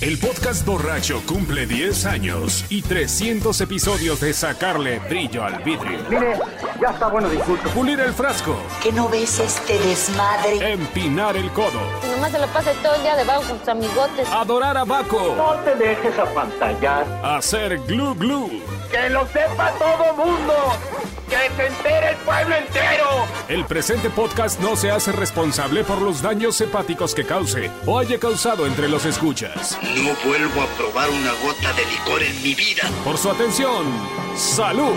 El podcast borracho cumple 10 años y 300 episodios de sacarle brillo al vidrio. Mire, ya está bueno disculpe. Pulir el frasco, ¿Que no ves este desmadre? empinar el codo, Nomás se lo pasa todo el día debajo con sus amigotes. adorar a Baco, No te dejes apantallar. hacer glu glu, ¡Que lo sepa todo mundo! ¡Que se entere el pueblo entero! El presente podcast no se hace responsable por los daños hepáticos que cause o haya causado entre los escuchas. No vuelvo a probar una gota de licor en mi vida. Por su atención, salud.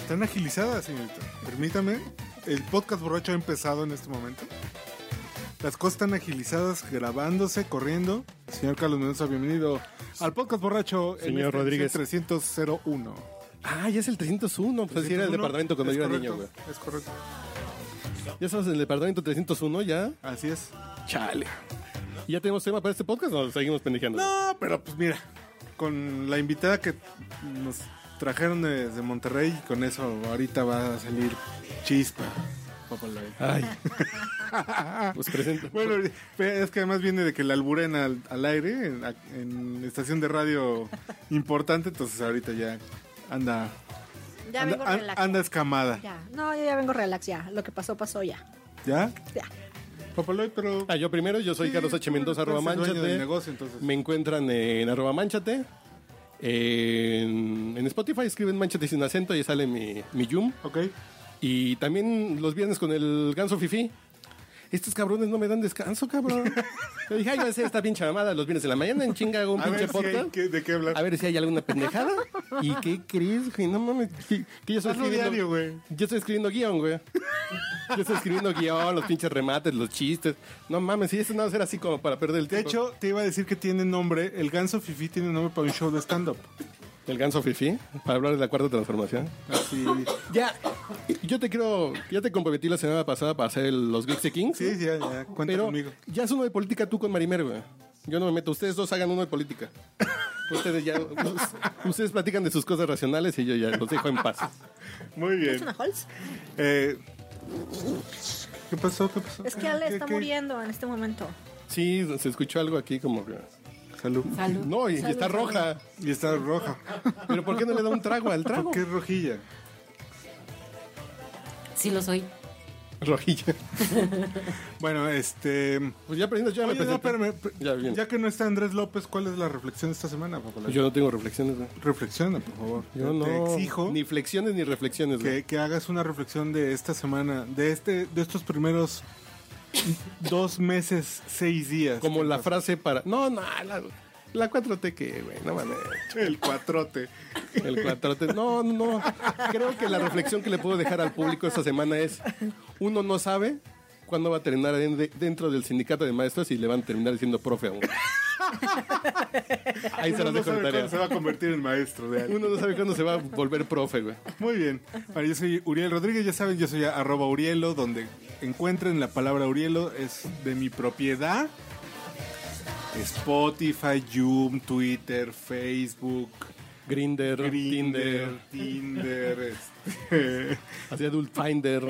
Están agilizadas, señorita. Permítame. El podcast borracho ha empezado en este momento. Las cosas están agilizadas, grabándose, corriendo. Señor Carlos Mendoza, bienvenido al podcast borracho. en este Señor Rodríguez. 301. Ah, ya es el 301. Pues sí, era el departamento cuando Es yo era correcto, niño, güey. Es correcto. Ya estamos en el departamento 301, ya. Así es. Chale. ¿Y ya tenemos tema para este podcast o seguimos pendejeando? No, pero pues mira, con la invitada que nos trajeron de- desde Monterrey, con eso ahorita va a salir chispa. Papaloy. Ay. pues presenta. Bueno, es que además viene de que la alburen al, al aire en, en estación de radio importante, entonces ahorita ya anda Ya anda, vengo an- relax. anda escamada. Ya. No, yo ya vengo relax, ya. Lo que pasó, pasó ya. ¿Ya? Ya. Papaloy, pero Ah, yo primero, yo soy Sí, Carlos H. tú Mendoza, eres arroba el dueño manchate. del negocio, entonces. Me encuentran en arroba manchate. En, en Spotify escriben manchate sin acento y sale mi, mi yum. ok. Y también los viernes con el ganso fifi. Estos cabrones no me dan descanso, cabrón. Yo dije, ay, va a ser esta pinche mamada los viernes de la mañana en chinga hago un A pinche ver si podcast. hay que- de qué hablar. A ver si hay alguna pendejada. ¿Y qué crees, güey? No mames. Que, que yo estoy Hazlo escribiendo. diario, güey. Yo estoy escribiendo guión, güey. Yo estoy escribiendo guión, los pinches remates, los chistes. No mames, si eso no va a ser así como para perder el De tiempo. hecho, te iba a decir que tiene nombre, el ganso Fifi tiene nombre para un show de stand-up. el ganso fifi, para hablar de la cuarta transformación. Así. Ya, yo te quiero. Ya te comprometí la semana pasada para hacer el- los Geeks de Kings. Sí, sí, ya, ya, cuenta Pero conmigo. ya es uno de política tú con Marimer, güey. Yo no me meto. Ustedes dos hagan uno de política. Ustedes ya. us- ustedes platican de sus cosas racionales y yo ya los dejo en paz. Muy ¿Es bien. una Halls? Eh, ¿Qué pasó? ¿Qué pasó? Es que Ale ¿Qué- está qué? muriendo en este momento. Sí, se escuchó algo aquí como que. Salud. No, y, y está roja. Y está roja. Pero ¿por qué no le da un trago al trago? ¿Por qué es rojilla? Sí lo soy. Rojilla. Bueno, este... Pues ya aprendiendo, ya me Oye, no, presenté. espérame, pr- Ya, bien. Pues ya que no está Andrés López, ¿cuál es la reflexión de esta semana, Papalay? Yo no tengo reflexiones, güey. Reflexiona, por favor. Yo Te- no. Te exijo Ni flexiones ni reflexiones, güey. que, que hagas una reflexión de esta semana, de este, de estos primeros dos meses, seis días. Como que la pasó. frase para. No, no, la, la 4T que, güey, no mames. El cuatrote. El 4T. No, no, no. Creo que la reflexión que le puedo dejar al público esta semana es: uno no sabe cuándo va a terminar en- de- dentro del sindicato de maestros y le van a terminar diciendo profe a uno. Ahí se Uno no los dejo sabe de cuándo tarea. se va a convertir en maestro de algo. Uno no sabe cuándo se va a volver profe, güey. Muy bien. Bueno, yo soy Uriel Rodríguez, ya saben, yo soy arroba Urielo, donde encuentren la palabra Urielo, es de mi propiedad. Spotify, Zoom, Twitter, Facebook, Grinder, Grindr, Tinder, Tinder, este, así Adult Finder,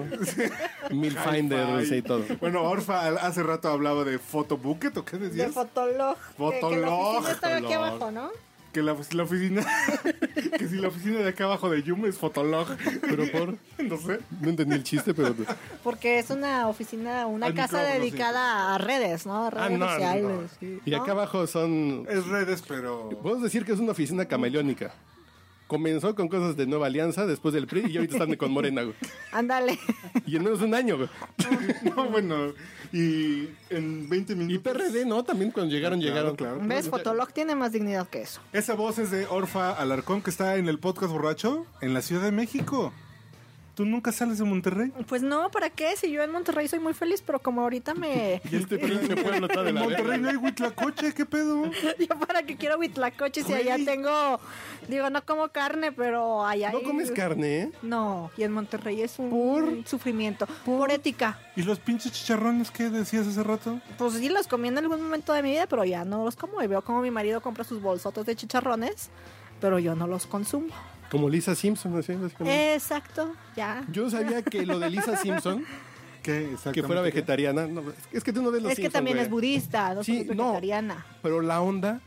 Mil Finder, Hi-Fi. y todo. Bueno, Orfa al- hace rato hablaba de Photobucket, ¿o qué De decías? Fotolog. que- Que, la Fotolog, oficina está aquí Fotolog. abajo, ¿no? que la, pues, la oficina, que si la oficina de acá abajo de Zoom es Fotolog. Pero por. No sé. No entendí el chiste, pero. pues, Porque es una oficina, una Al casa Ah, micrófono, dedicada a redes, ¿no? A redes sociales. sí. Ah. Y acá abajo son. Es redes, pero... Podemos decir que es una oficina camaleónica. Comenzó con cosas de Nueva Alianza después del PRI y ahorita están con Morena, güey. Ándale. Y en menos de un año, güey. No, bueno, y en 20 minutos... Y PRD, ¿no? También cuando llegaron, Claro, llegaron. claro. ¿Ves? Fotolog tiene más dignidad que eso. Esa voz es de Orfa Alarcón que está en el podcast borracho en la Ciudad de México. ¿Tú nunca sales de Monterrey? Pues no, ¿para qué? Si yo en Monterrey soy muy feliz, pero como ahorita me... Y este pinche pueblo está de En la Monterrey no verga. hay huitlacoche, ¿qué pedo? yo para qué quiero huitlacoche si allá Güey. tengo... Digo, no como carne, pero allá... No hay- comes carne, ¿eh? No, y en Monterrey es un ¿Por? sufrimiento. ¿Por? ética. ¿Y los pinches chicharrones que decías hace rato? Pues sí, los comí en algún momento de mi vida, pero ya no los como. Y veo como mi marido compra sus bolsotes de chicharrones, pero yo no los consumo. Como Lisa Simpson, así. así como- Eh. Exacto, ya. Yo sabía que lo de Lisa Simpson, ¿Qué? Exactamente. que fuera qué? vegetariana. no, es- es que tú no ves los es que Simpson, también güey. es budista, no Sí, soy no. vegetariana. Pero la onda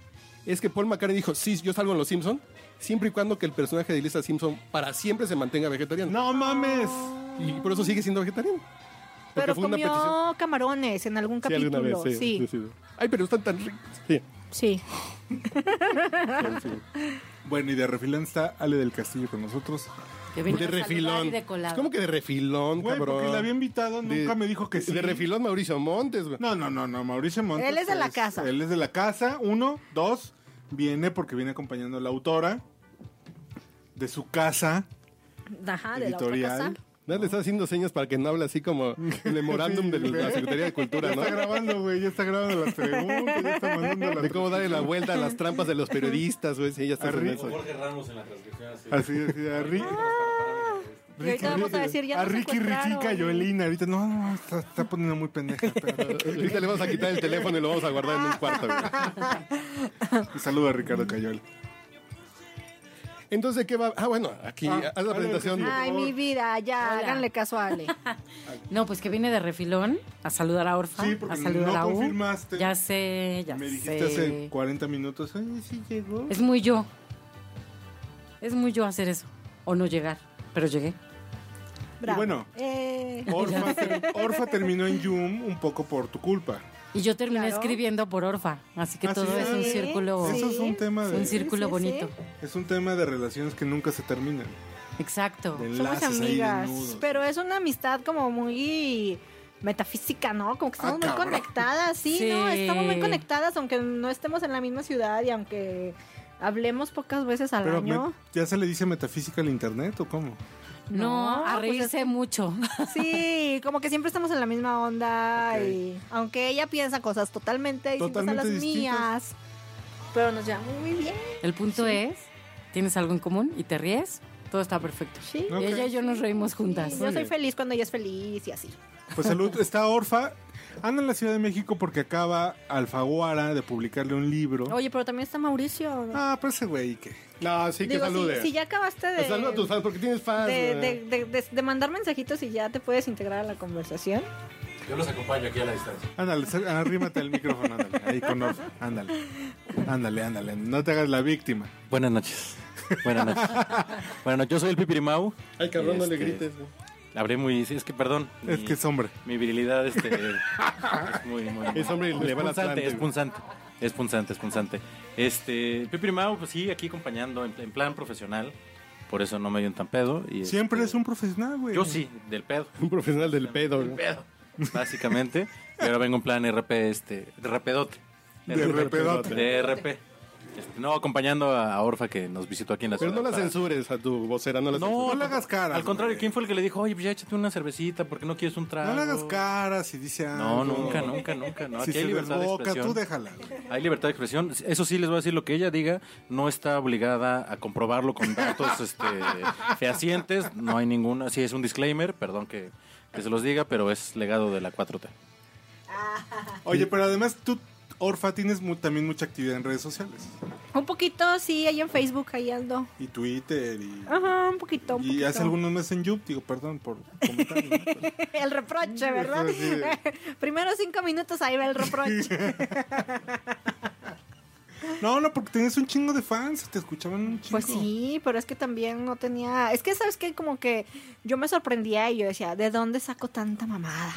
es que Paul McCartney dijo, sí, yo salgo en Los Simpson, siempre y cuando que el personaje de Lisa Simpson para siempre se mantenga vegetariano. ¡No mames! Y por eso sigue siendo vegetariano. Porque Pero fue una comió petición. camarones en algún Sí, capítulo. alguna vez, sí, sí, sí, sí. Ay, pero están tan ricos. Sí. sí. Bueno, y de refilón está Ale del Castillo con nosotros. Que venimos De a saludar refilón. y de es colado. como que de refilón, Güey, cabrón. porque la había invitado, De- nunca me dijo que sí. De refilón Mauricio Montes, güey. No, no, no, no, Mauricio Montes. Él es de la casa. Él es de la casa, uno. Dos, viene porque viene acompañando a la autora de su casa Ajá, de la otra casa. editorial. Ya le está haciendo señas para que no hable así como el memorándum de la Secretaría de Cultura, Ya está ¿no? grabando, güey, ya está grabando las preguntas, ya está mandando las De cómo darle la vuelta a las trampas de los periodistas, güey. Sí, ya está en Arri- eso. Así, así, a Ricky. Y ahorita vamos a decir, ya a nos Ricky, Ricky, secuestraron. Cayolina. Ahorita, no, no, está, está poniendo muy pendeja. pero- Ahorita le vamos a quitar el teléfono y lo vamos a guardar en un cuarto, güey. Un saludo a Ricardo Cayol. Entonces, ¿qué va? Ah, bueno, aquí, Ah, haz la vale, presentación. sí. Ay, mi vida, ya, Hola. háganle caso a Ale. No, pues que viene de refilón a saludar a Orfa, Sí, Ah, porque a saludar no a U. confirmaste. Ya sé, ya Me dijiste hace sé. 40 minutos, ay, sí llegó. Es muy yo. Es muy yo hacer eso. O no llegar. Pero llegué. Bravo. bueno. Eh, Orfa, ter- Orfa terminó en Yum un poco por tu culpa. Y yo terminé Claro. escribiendo por Orfa. Así que Ah, todo sí. es un Sí, círculo. Eh, sí. Eso es un tema es un de, círculo Sí, sí, bonito. es un tema de relaciones que nunca se terminan. Exacto. De somos enlaces ahí amigas, desnudos. pero es una amistad como muy metafísica, ¿no? Como que estamos muy Ah, cabrón. conectadas, sí, Sí. ¿no? Estamos muy conectadas, aunque no estemos en la misma ciudad y aunque hablemos pocas veces al Pero año. me- ¿ya se le dice metafísica al internet o cómo? No, No, a pues reírse mucho. Sí, como que siempre estamos en la misma onda Ok. y aunque ella piensa cosas totalmente distintas a las Totalmente distintas. mías, pero nos llevamos muy bien. El punto es, tienes algo en común y te ríes, todo está perfecto. Sí. Ok. Ella y yo nos reímos juntas. Yo soy feliz cuando ella es feliz y así. Pues salud, está Orfa. Anda en la Ciudad de México porque acaba Alfaguara de publicarle un libro. Oye, pero también está Mauricio. Ah, pero ese güey, ¿qué? Pues No, sí, que Digo, si- salude. si, ya acabaste de... Saluda a tus fans, porque tienes fans. de, güey. de- de- de- de mandar mensajitos y ya te puedes integrar a la conversación. Ándale, sal- arrímate al micrófono, ándale. Ahí con Orfa, ándale. Ándale, ándale. No te hagas la víctima. Buenas noches. Buenas noches. Buenas noches. Yo soy el Pipirimau. Ay, cabrón, no le Este, grites. güey. Hablé muy. sí, Es que, perdón. Es mi- que es hombre. Mi virilidad este, es muy, muy. ah, Es hombre y le va al punzante, Atlante, es güey. punzante. Es punzante, es punzante. Este, el Pipirimau, pues sí, aquí acompañando en, en plan profesional. Por eso no me dio un tan pedo. Y, Siempre es este, un profesional, güey. Yo sí, del pedo. Un profesional del pedo. güey. Básicamente. y ahora vengo en plan RP, este. De rapedote. De repedote. De RP. Este, no, acompañando a a Orfa que nos visitó aquí en la Pero no ciudad la para- censures a tu vocera, no la No, No censures. le hagas caras. Al contrario, güey. ¿quién fue el que le dijo, oye, pues ya échate una cervecita, ¿por qué no quieres un trago? No le hagas caras y dice No, algo. nunca, nunca, nunca. No. si Aquí se hay libertad de desboca, tú expresión. déjala. güey. Hay libertad de expresión. Eso sí les voy a decir lo que ella diga. No está obligada a comprobarlo con datos este, fehacientes. No hay ninguna. Sí, es un disclaimer. Perdón que, que se los diga, pero es legado de la 4T. Oye, pero además tú, Orfa, tienes mu- también mucha actividad en redes sociales. Un poquito, sí, ahí en Facebook, ahí ando. Y Twitter y... Ajá, un poquito, Ah, un Y poquito. hace algunos meses en YouTube, digo, perdón por comentar. ¿no? Pero- El reproche, ¿verdad? Sí. Primero cinco minutos, ahí va el reproche. No, no, porque tenías un chingo de fans, te escuchaban un chingo. Pues sí, pero es que también no tenía... Es que, ¿sabes qué? Como que yo me sorprendía y yo decía, ¿de dónde saco tanta mamada?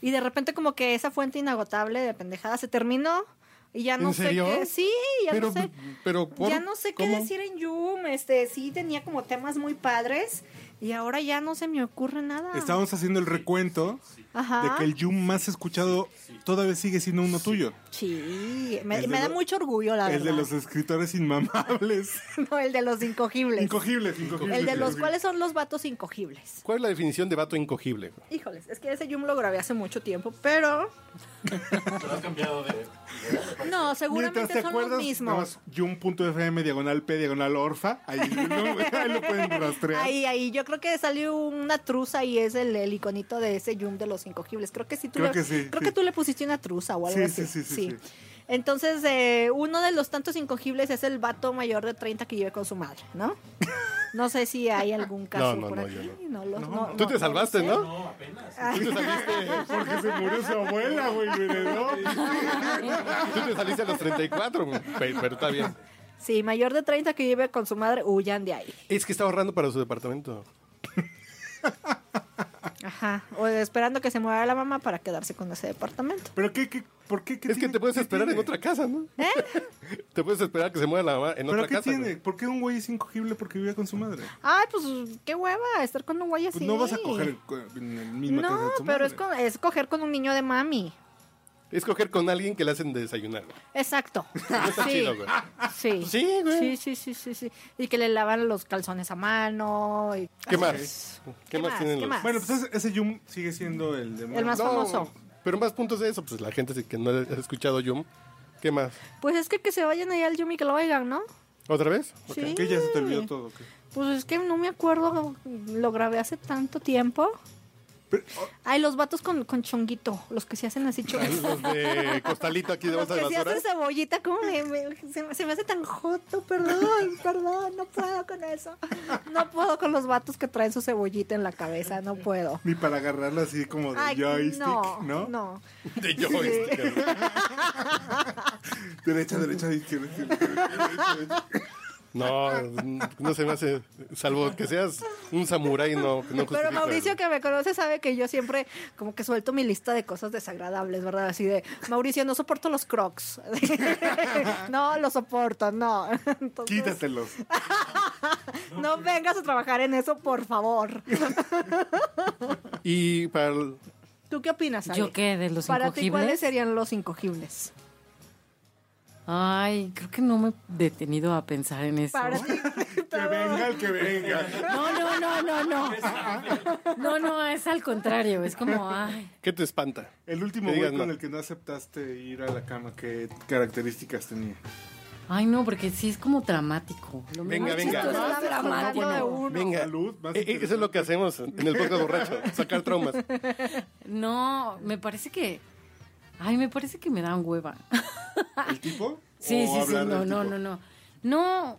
y de repente como que esa fuente inagotable de pendejada se terminó y ya no ¿En serio? sé qué... Sí, ya pero, no sé... pero ¿por- ya no sé cómo? qué decir en Yum. Este, sí tenía como temas muy padres. Y ahora ya no se me ocurre nada. Estábamos haciendo el recuento Ajá. de que el Yum más escuchado todavía sigue siendo uno tuyo. Sí, me, El me de da lo- mucho orgullo, la el verdad. de los escritores inmamables. No, el de los incogibles. Incogibles, incogibles. el de los incogibles. cuáles son los vatos incogibles. ¿Cuál es la definición de vato incogible? Híjoles, es que ese yo me lo grabé hace mucho tiempo, pero. No, seguramente Mientras te son acuerdas, los nada mismos. más, yum.fm, diagonal P, diagonal Orfa. Ahí lo, ahí lo pueden rastrear. Ahí, ahí, yo creo que salió una truza y es el, el iconito de ese Yum de los incogibles. Creo que sí, tú, Creo le, que sí, creo sí. que tú le pusiste una truza o algo Sí, así. sí, sí, sí, sí. Entonces, eh, uno de los tantos incogibles es el vato mayor de 30 que vive con su madre, ¿no? No sé si hay algún caso No, no, por no, aquí. yo No los- no, Tú no, te salvaste, sé. ¿no? Porque se murió su abuela, güey, lo heredó. Tú te saliste a los 34, güey. pero, pero está bien. Sí, mayor de 30 que vive con su madre, huyan de ahí. Es que está ahorrando para su departamento. Ajá. O esperando que se muera la mamá para quedarse con ese departamento. ¿Pero qué, qué, por qué? qué es que tiene- te puedes qué esperar en tiene? otra casa, ¿no? ¿Eh? Te puedes esperar que se mueva la mamá en ¿Pero otra qué casa. tiene? güey. ¿Por qué un güey es incogible porque vive con su madre? Ay, pues qué hueva estar con un güey así. Pues no vas a coger co- en la misma No, casa de tu pero madre. es, co- es coger con un niño de mami. Es coger con alguien que le hacen desayunar. güey. Exacto. No está sí. chido, güey. Pues Sí. Sí, güey. Sí, sí, sí, sí, sí. Y que le lavan los calzones a mano. y- ¿Qué más? ¿Qué, ¿Qué más más? tienen ¿Qué los- más? Bueno, pues ese, ese Yum sigue siendo el de El más famoso. Pero más puntos de eso, pues la gente sí que no ha escuchado Yum. ¿Qué más? Pues es que que se vayan ahí al Yumi que lo oigan, ¿no? ¿Otra vez? Sí. Que ya se te olvidó todo. ok. Pues es que no me acuerdo, lo grabé hace tanto tiempo. Pero, Ay, los vatos con, con chonguito, los que se hacen así chonguito. Los de costalito aquí de Los bolsa de que se basura. hacen cebollita, como me, me- se, me- se me hace tan joto, perdón, perdón, no puedo con eso. No puedo con los vatos que traen su cebollita en la cabeza, no puedo. Ni para agarrarla así como de Ay, joystick, no, ¿no? no. De este, joystick, güey. Derecha, derecha, izquierda, izquierda, derecha, derecha. No, no se me hace, salvo que seas un samurái, no, no justifica. Pero Mauricio, que me conoce, sabe que yo siempre como que suelto mi lista de cosas desagradables, ¿verdad? Así de, Mauricio, no soporto los crocs. no, los soporto, no. Entonces, Quítatelos. No vengas a trabajar en eso, por favor. Y para el- ¿Tú qué opinas, Ale? ¿Yo qué? ¿De los Para ti, incogibles? ¿cuáles serían los incogibles? Ay, creo que no me he detenido a pensar en eso. Para ti. Que venga el que venga. No, no, no, no, no. No, no, es al contrario. Es como, ay. ¿qué te espanta? El último Que güey digas, con no. el que no aceptaste ir a la cama, ¿qué características tenía? Ay, no, porque sí es como dramático. Lo Venga, más venga. chistoso Más es dramático. dramático de uno. Venga, Salud, más Eh, eh, eso es lo que hacemos en el podcast borracho, sacar traumas. No, me parece que. Ay, me parece que me dan hueva. ¿El tipo? Sí, sí, ¿O sí, hablar no, del no, tipo? no, no. No,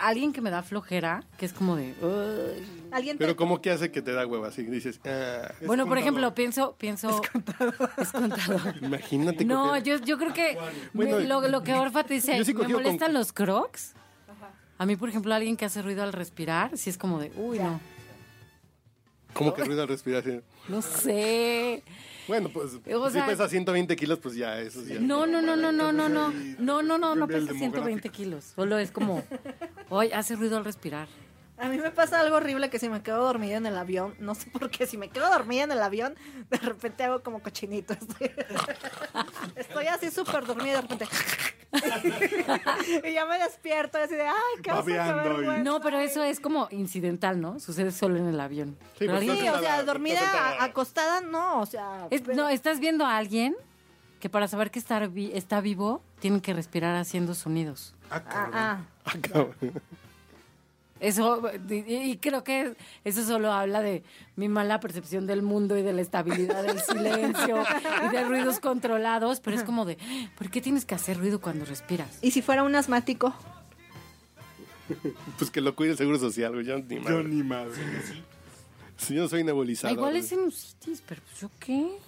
alguien que me da flojera, que es como de. "Ay". Alguien te- Pero ¿cómo que hace que te da hueva? Así dices, ah, Bueno, por contador. ejemplo, pienso, pienso. Es contador. Es contador. imagínate. No, coger. yo, yo creo que Bueno, me- lo, lo que Orfa te dice, yo sí me cogido con- molestan los crocs. A mí, por ejemplo, alguien que hace ruido al respirar, sí es como de, uy, no, ¿Cómo que ruido al respirar? así? no sé. Bueno, pues O si sea- pesa 120 kilos, pues ya, eso ya. No, no, no, no, no, no, no, no, no, no, no Nivel pesa 120 demográfico. kilos. Solo es como, hoy hace ruido al respirar. A mí me pasa algo horrible que si me quedo dormida en el avión, no sé por qué, si me quedo dormida en el avión, de repente hago como cochinito. Estoy, Estoy así súper dormida y de repente... y ya me despierto así de, ay, qué oso, qué Babeando y- vergüenza". No, pero eso es como incidental, ¿no? Sucede solo en el avión. Pero pues, alguien- Sí, o sea, sentada, dormida, sentada. acostada, no, o sea... es- no, estás viendo a alguien que para saber que estar vi- está vivo, tiene que respirar haciendo sonidos. Ah, cabrón. Ah, ah. Ah, cabrón. Eso, y, y creo que eso solo habla de mi mala percepción del mundo y de la estabilidad del silencio y de ruidos controlados, pero es como de, ¿por qué tienes que hacer ruido cuando respiras? ¿Y si fuera un asmático? Pues que lo cuide el seguro social, güey. Yo ni Yo madre. ni madre. Si yo no soy nebulizado. Igual es sinusitis, pero pues, ¿yo qué?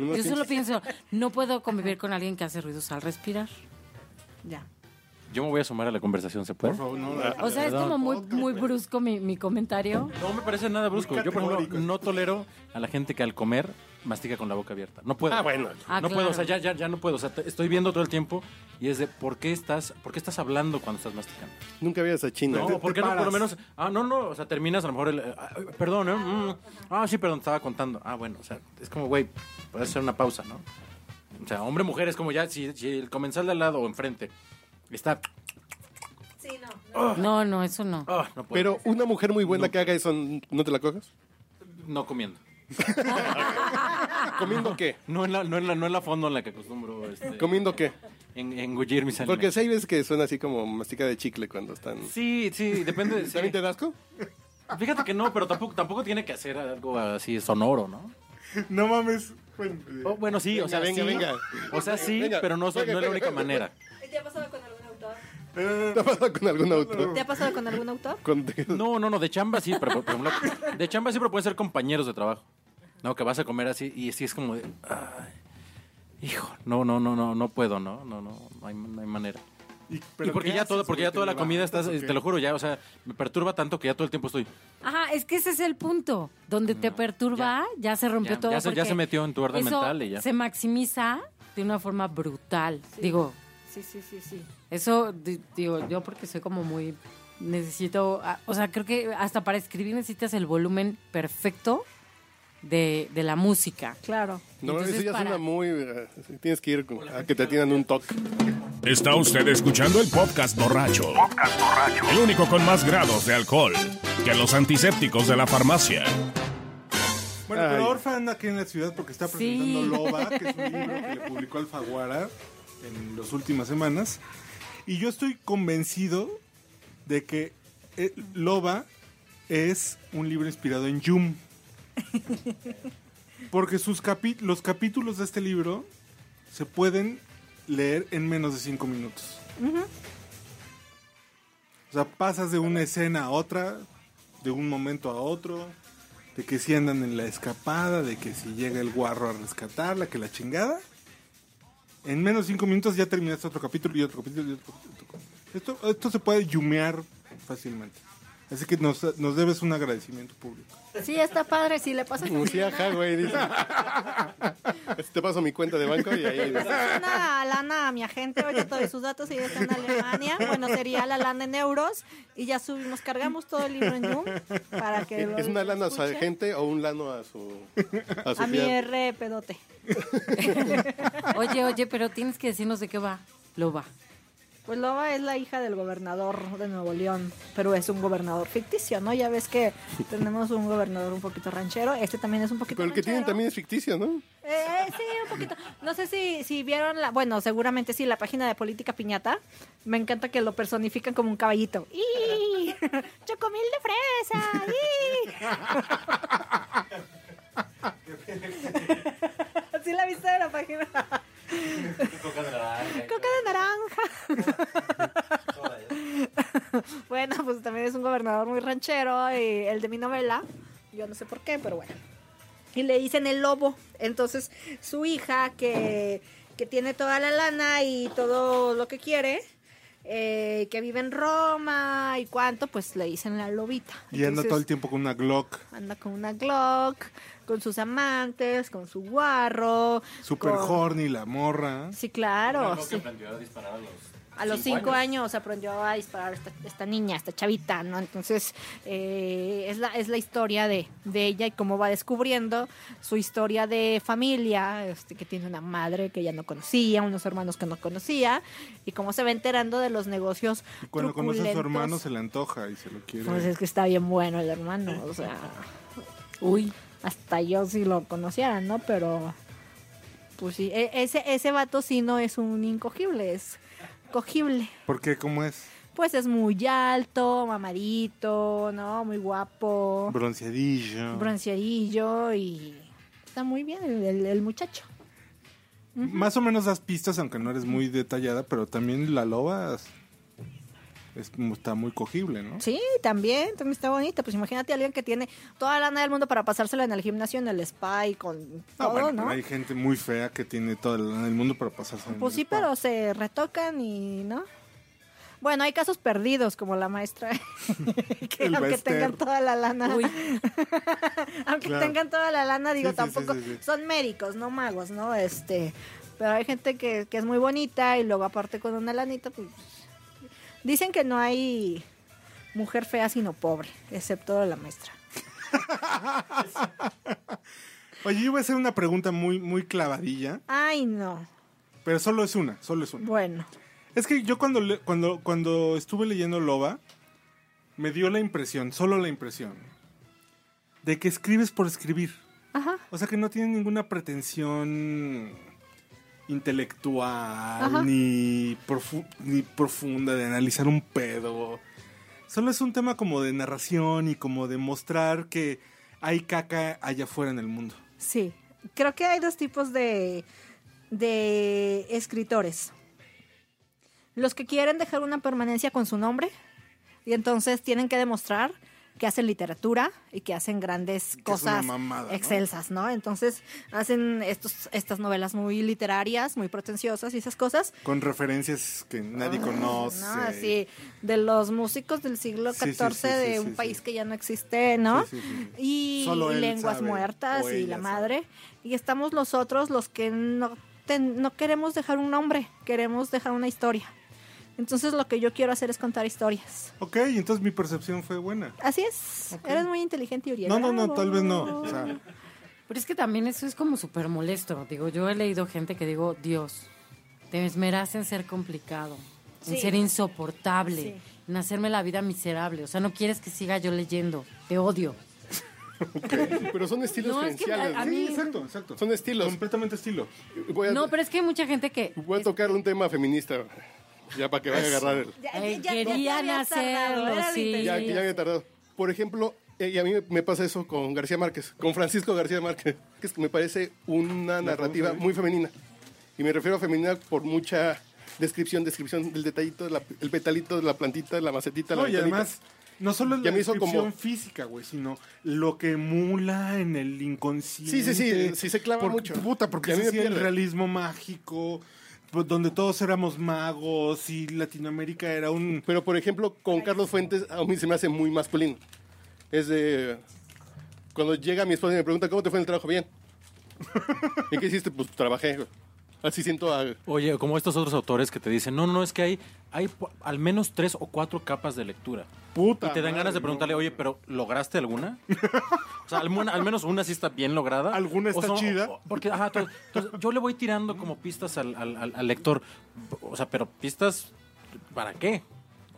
No Yo sé. solo pienso, no puedo convivir con alguien que hace ruidos al respirar. Ya. Yo me voy a sumar a la conversación, ¿se puede? Por favor, no. O sea, es como muy, muy brusco mi, mi comentario. No me parece nada brusco. Yo, por ejemplo, categórico. no tolero a la gente que al comer mastica con la boca abierta. No puedo. Ah, bueno. Ah, no puedo, o sea, ya, claro. ya, ya no puedo. O sea, te- estoy viendo todo el tiempo y es de ¿por qué estás, por qué estás hablando cuando estás masticando? Nunca vieras a China. No, te- porque te no, por lo paras. menos. Ah, no, no, o sea, terminas a lo mejor el. eh, ah, perdón, ¿eh? Mm, ah, sí, perdón, estaba contando. Ah, bueno, o sea, es como, güey, puedes hacer una pausa, ¿no? O sea, hombre, mujer, es como ya, si, si el comensal de al lado o enfrente está. No, no, eso no. ah, no puedo. Pero una mujer muy buena que haga eso, ¿no te la cojas? No comiendo. ¿Comiendo qué? No en la, no en la, no en la fondo en la que acostumbro este, ¿Comiendo qué? en, engullir mis alimentos. Porque seis veces que suena así como mastica de chicle cuando están... Sí, sí, depende. sí. ¿También te da asco? Fíjate que no, pero tampoco, tampoco tiene que hacer algo así sonoro, ¿no? No mames. Bueno, eh, Oh, bueno, sí, o Venga, sea, venga, sí. venga. O sea, sí, Venga, pero no, so- venga, no es la venga, única venga. manera. ¿Te ha pasado con algún autor? eh, ¿Te ha pasado con algún auto? ¿Te ha pasado con algún autor? Con- No, no, no, de chamba sí, pero por por ejemplo, de chamba sí, pero pueden ser compañeros de trabajo. No, que vas a comer así y sí es como de, ay, hijo, no, no, no, no, no puedo, no, no, no, no hay, no hay manera. ¿Y, y porque ya todo, porque ya toda la comida está, eh, te lo juro, ya, o sea, me perturba tanto que ya todo el tiempo estoy. Ajá, es que ese es el punto. Donde te perturba, ya, se rompió Mm, Ya, todo. ya se- ya porque se metió en tu orden eso mental y ya. Se maximiza de una forma brutal. Digo, Sí, sí, sí, sí. eso, di- digo, yo porque soy como muy. Necesito. ah, O sea, creo que hasta para escribir necesitas el volumen perfecto de, de la música. Claro. No, Entonces, eso ya para- suena muy... eh, Tienes que ir con- a que te atiendan un toque. Está usted escuchando el podcast borracho. El único con más grados de alcohol que los antisépticos de la farmacia. Bueno, pero Ay. Orfa anda aquí en la ciudad porque está Sí. presentando Loba, que es un libro que le publicó Alfaguara en las últimas semanas. Y yo estoy convencido de que eh, Loba es un libro inspirado en Yum. Porque sus capi- los capítulos de este libro se pueden leer en menos de cinco minutos. O sea, pasas de una escena a otra, de un momento a otro, de que si andan en la escapada, de que si llega el guarro a rescatarla, que la chingada. En menos de cinco minutos ya terminaste otro capítulo y otro capítulo y otro capítulo. Esto, esto se puede yumear fácilmente. Así que nos, nos debes un agradecimiento público. Sí, está padre. Si le pasa Como si ajá, güey. dice. Este, Te paso mi cuenta de banco y ahí... una lana a mi agente, ahorita todos sus datos, ella está en Alemania. Bueno, sería la lana en euros. Y ya subimos, cargamos todo el libro en Zoom para que. lo ¿Es una lana a su escuchen. agente o un lano a su... A su A mi er- fiel? R pedote. Oye, oye, pero tienes que decirnos de qué va. Lo va. Pues Loba es la hija del gobernador de Nuevo León, pero es un gobernador ficticio, ¿no? Ya ves que tenemos un gobernador un poquito ranchero, este también es un poquito Pero el que tienen ranchero. también es ficticio, ¿no? Eh, eh, sí, un poquito. No sé si, si vieron la, bueno, seguramente sí, la página de Política Piñata. Me encanta que lo personifican como un caballito. ¡Y! ¡Chocomil de fresa! ¡Y! ¿Sí la viste de la página? Coca de naranja. bueno, pues también es un gobernador muy ranchero y el de mi novela. Yo no sé por qué, pero bueno y le dicen el lobo. Entonces su hija, que, que tiene toda la lana y todo lo que quiere, eh, que vive en Roma y cuánto, pues le dicen la lobita. Y anda Entonces, todo el tiempo con una Glock. anda con una Glock, con sus amantes, con su guarro. Super con- horny, la morra. Sí, claro. sí. A los cinco años, aprendió a disparar esta, esta niña, esta chavita, ¿no? Entonces, eh, es, la, es la historia de, de ella y cómo va descubriendo su historia de familia, este, que tiene una madre que ella no conocía, unos hermanos que no conocía, y cómo se va enterando de los negocios. Y cuando conoce a su truculentos. hermano se le antoja y se lo quiere. Pues es que está bien bueno el hermano, o sea. Uy. Hasta yo si lo conociera, ¿no? Pero. Pues sí, e- ese, ese vato sí no es un incogible, es cogible. ¿Por qué? ¿Cómo es? Pues es muy alto, mamadito, ¿no? Muy guapo, Bronceadillo. bronceadillo y. Está muy bien el, el- el muchacho. Más o menos das pistas, aunque no eres muy detallada, pero también la loba es- es- está muy cogible, ¿no? Sí, también, también está bonito. Pues imagínate a alguien que tiene toda la lana del mundo para pasársela en el gimnasio, en el spa y con No, Ah, todo, bueno, ¿no? pero hay gente muy fea que tiene todo el, el mundo para pasarse. en Pues el sí, spa. pero se retocan y no. Bueno, hay casos perdidos, como la maestra, que El aunque Bester. tengan toda la lana, Uy. aunque Claro. tengan toda la lana, digo, Sí, sí, sí, tampoco, sí, sí. son médicos, no magos, ¿no? Este, pero hay gente que, que es muy bonita y luego aparte con una lanita, pues, dicen que no hay mujer fea sino pobre, excepto la maestra. Oye, yo voy a hacer una pregunta muy, muy clavadilla, Ay, no. pero solo es una, solo es una. Bueno, Es que yo cuando, le- cuando, cuando estuve leyendo Loba, me dio la impresión, solo la impresión, de que escribes por escribir. ajá, O sea que no tiene ninguna pretensión Ajá. intelectual ni, profu- ni profunda de analizar un pedo. Solo es un tema como de narración y como de mostrar que hay caca allá afuera en el mundo. sí. Creo que hay dos tipos de, de escritores. Los que quieren dejar una permanencia con su nombre y entonces tienen que demostrar que hacen literatura y que hacen grandes es cosas una mamada, ¿no? excelsas, ¿no? Entonces hacen estos, estas novelas muy literarias, muy pretenciosas y esas cosas. Con referencias que nadie conoce. Ah, ¿no? Así, de los músicos del siglo Sí, sí, XIV sí, sí, de sí, un sí. país que ya no existe, ¿no? Sí, sí, sí, sí. Y, Solo y él lenguas sabe, muertas o y ella la sabe. madre. Y estamos nosotros los que no, ten- no queremos dejar un nombre, queremos dejar una historia. Entonces lo que yo quiero hacer es contar historias. Ok, entonces mi percepción fue buena. Así es. Eres muy inteligente, Uriel. No, no, no, tal vez no. Bravo. O sea, Pero es que también eso es como súper molesto. Digo, yo he leído gente que digo, Dios, te esmeras en ser complicado, en Sí. ser insoportable, Sí. en hacerme la vida miserable. O sea, no quieres que siga yo leyendo. Te odio. Pero son estilos No, es que gerenciales. a- a ¿no? mí- sí, exacto, exacto. Son estilos. Completamente estilo. Voy a, No, pero es que hay mucha gente que voy a tocar un tema feminista. Ya para que vaya a agarrar el. Ya- Ay, ya- ya- ya te querían habías tardado, hacerlo, era la sí. intención. Ya, ya me he tardado. Por ejemplo, eh, y a mí me- me pasa eso con García Márquez, con Francisco García Márquez, que es que me parece una narrativa muy femenina. Y me refiero a femenina por mucha descripción, descripción del detallito, de la- el petalito, de la plantita, la macetita, No, la y botánica. además, no solo es Ya la me hizo descripción como- física, güey, sino lo que emula en el inconsciente. Sí, sí, sí, sí se clava Por- mucho. Puta, porque Y a mí se me hacía el pierde. realismo mágico, pues, donde todos éramos magos y Latinoamérica era un... Pero por ejemplo, con Carlos Fuentes a mí se me hace muy masculino. Es de cuando llega mi esposa y me pregunta cómo te fue en el trabajo, bien. ¿Y qué hiciste? Pues trabajé. Así siento a Oye, o como estos otros autores que te dicen, no, no, es que hay, hay po- al menos tres o cuatro capas de lectura. Puta Y te dan madre, ganas de no. preguntarle, oye, pero ¿lograste alguna? o sea, alguna- al menos una sí está bien lograda. ¿Alguna O está son- chida? o- porque, ajá, entonces, entonces, yo le voy tirando como pistas al, al- al- al lector. O sea, pero pistas, ¿para qué?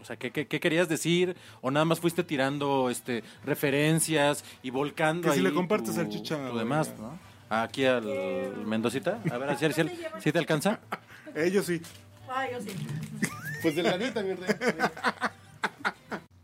O sea, ¿qué, qué, qué querías decir? ¿O nada más fuiste tirando este, referencias y volcando Que si ahí le compartes tu- salchicha, tu güey. demás, ¿no? Aquí al Mendocita. A ver, si si te alcanza. Ellos Eh, sí. Pues delgadita, mi rey.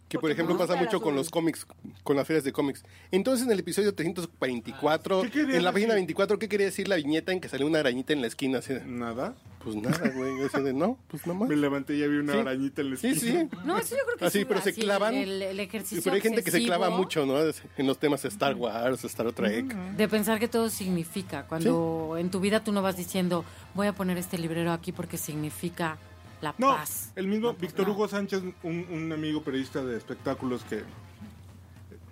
Que por ejemplo me gusta pasa el mucho con azul. los cómics, con las ferias de cómics. Entonces en el episodio 344, ¿Qué quería en la página decir? 24, ¿qué quería decir la viñeta en que salió una arañita en la esquina? Así de, Nada. pues nada, güey. Yo así de, no, pues nada más. Me levanté y había una Sí. araña en la Sí, esquina. sí. No, eso yo creo que Así, es pero se clavan. El, el ejercicio Pero hay gente que se obsesivo clava mucho, ¿no? En los temas Star Wars, Star Trek. De pensar que todo significa. Cuando en tu vida tú no vas diciendo, voy a poner este librero aquí porque significa la No, paz. el mismo No, pues Víctor no. Hugo Sánchez, un, un amigo periodista de espectáculos que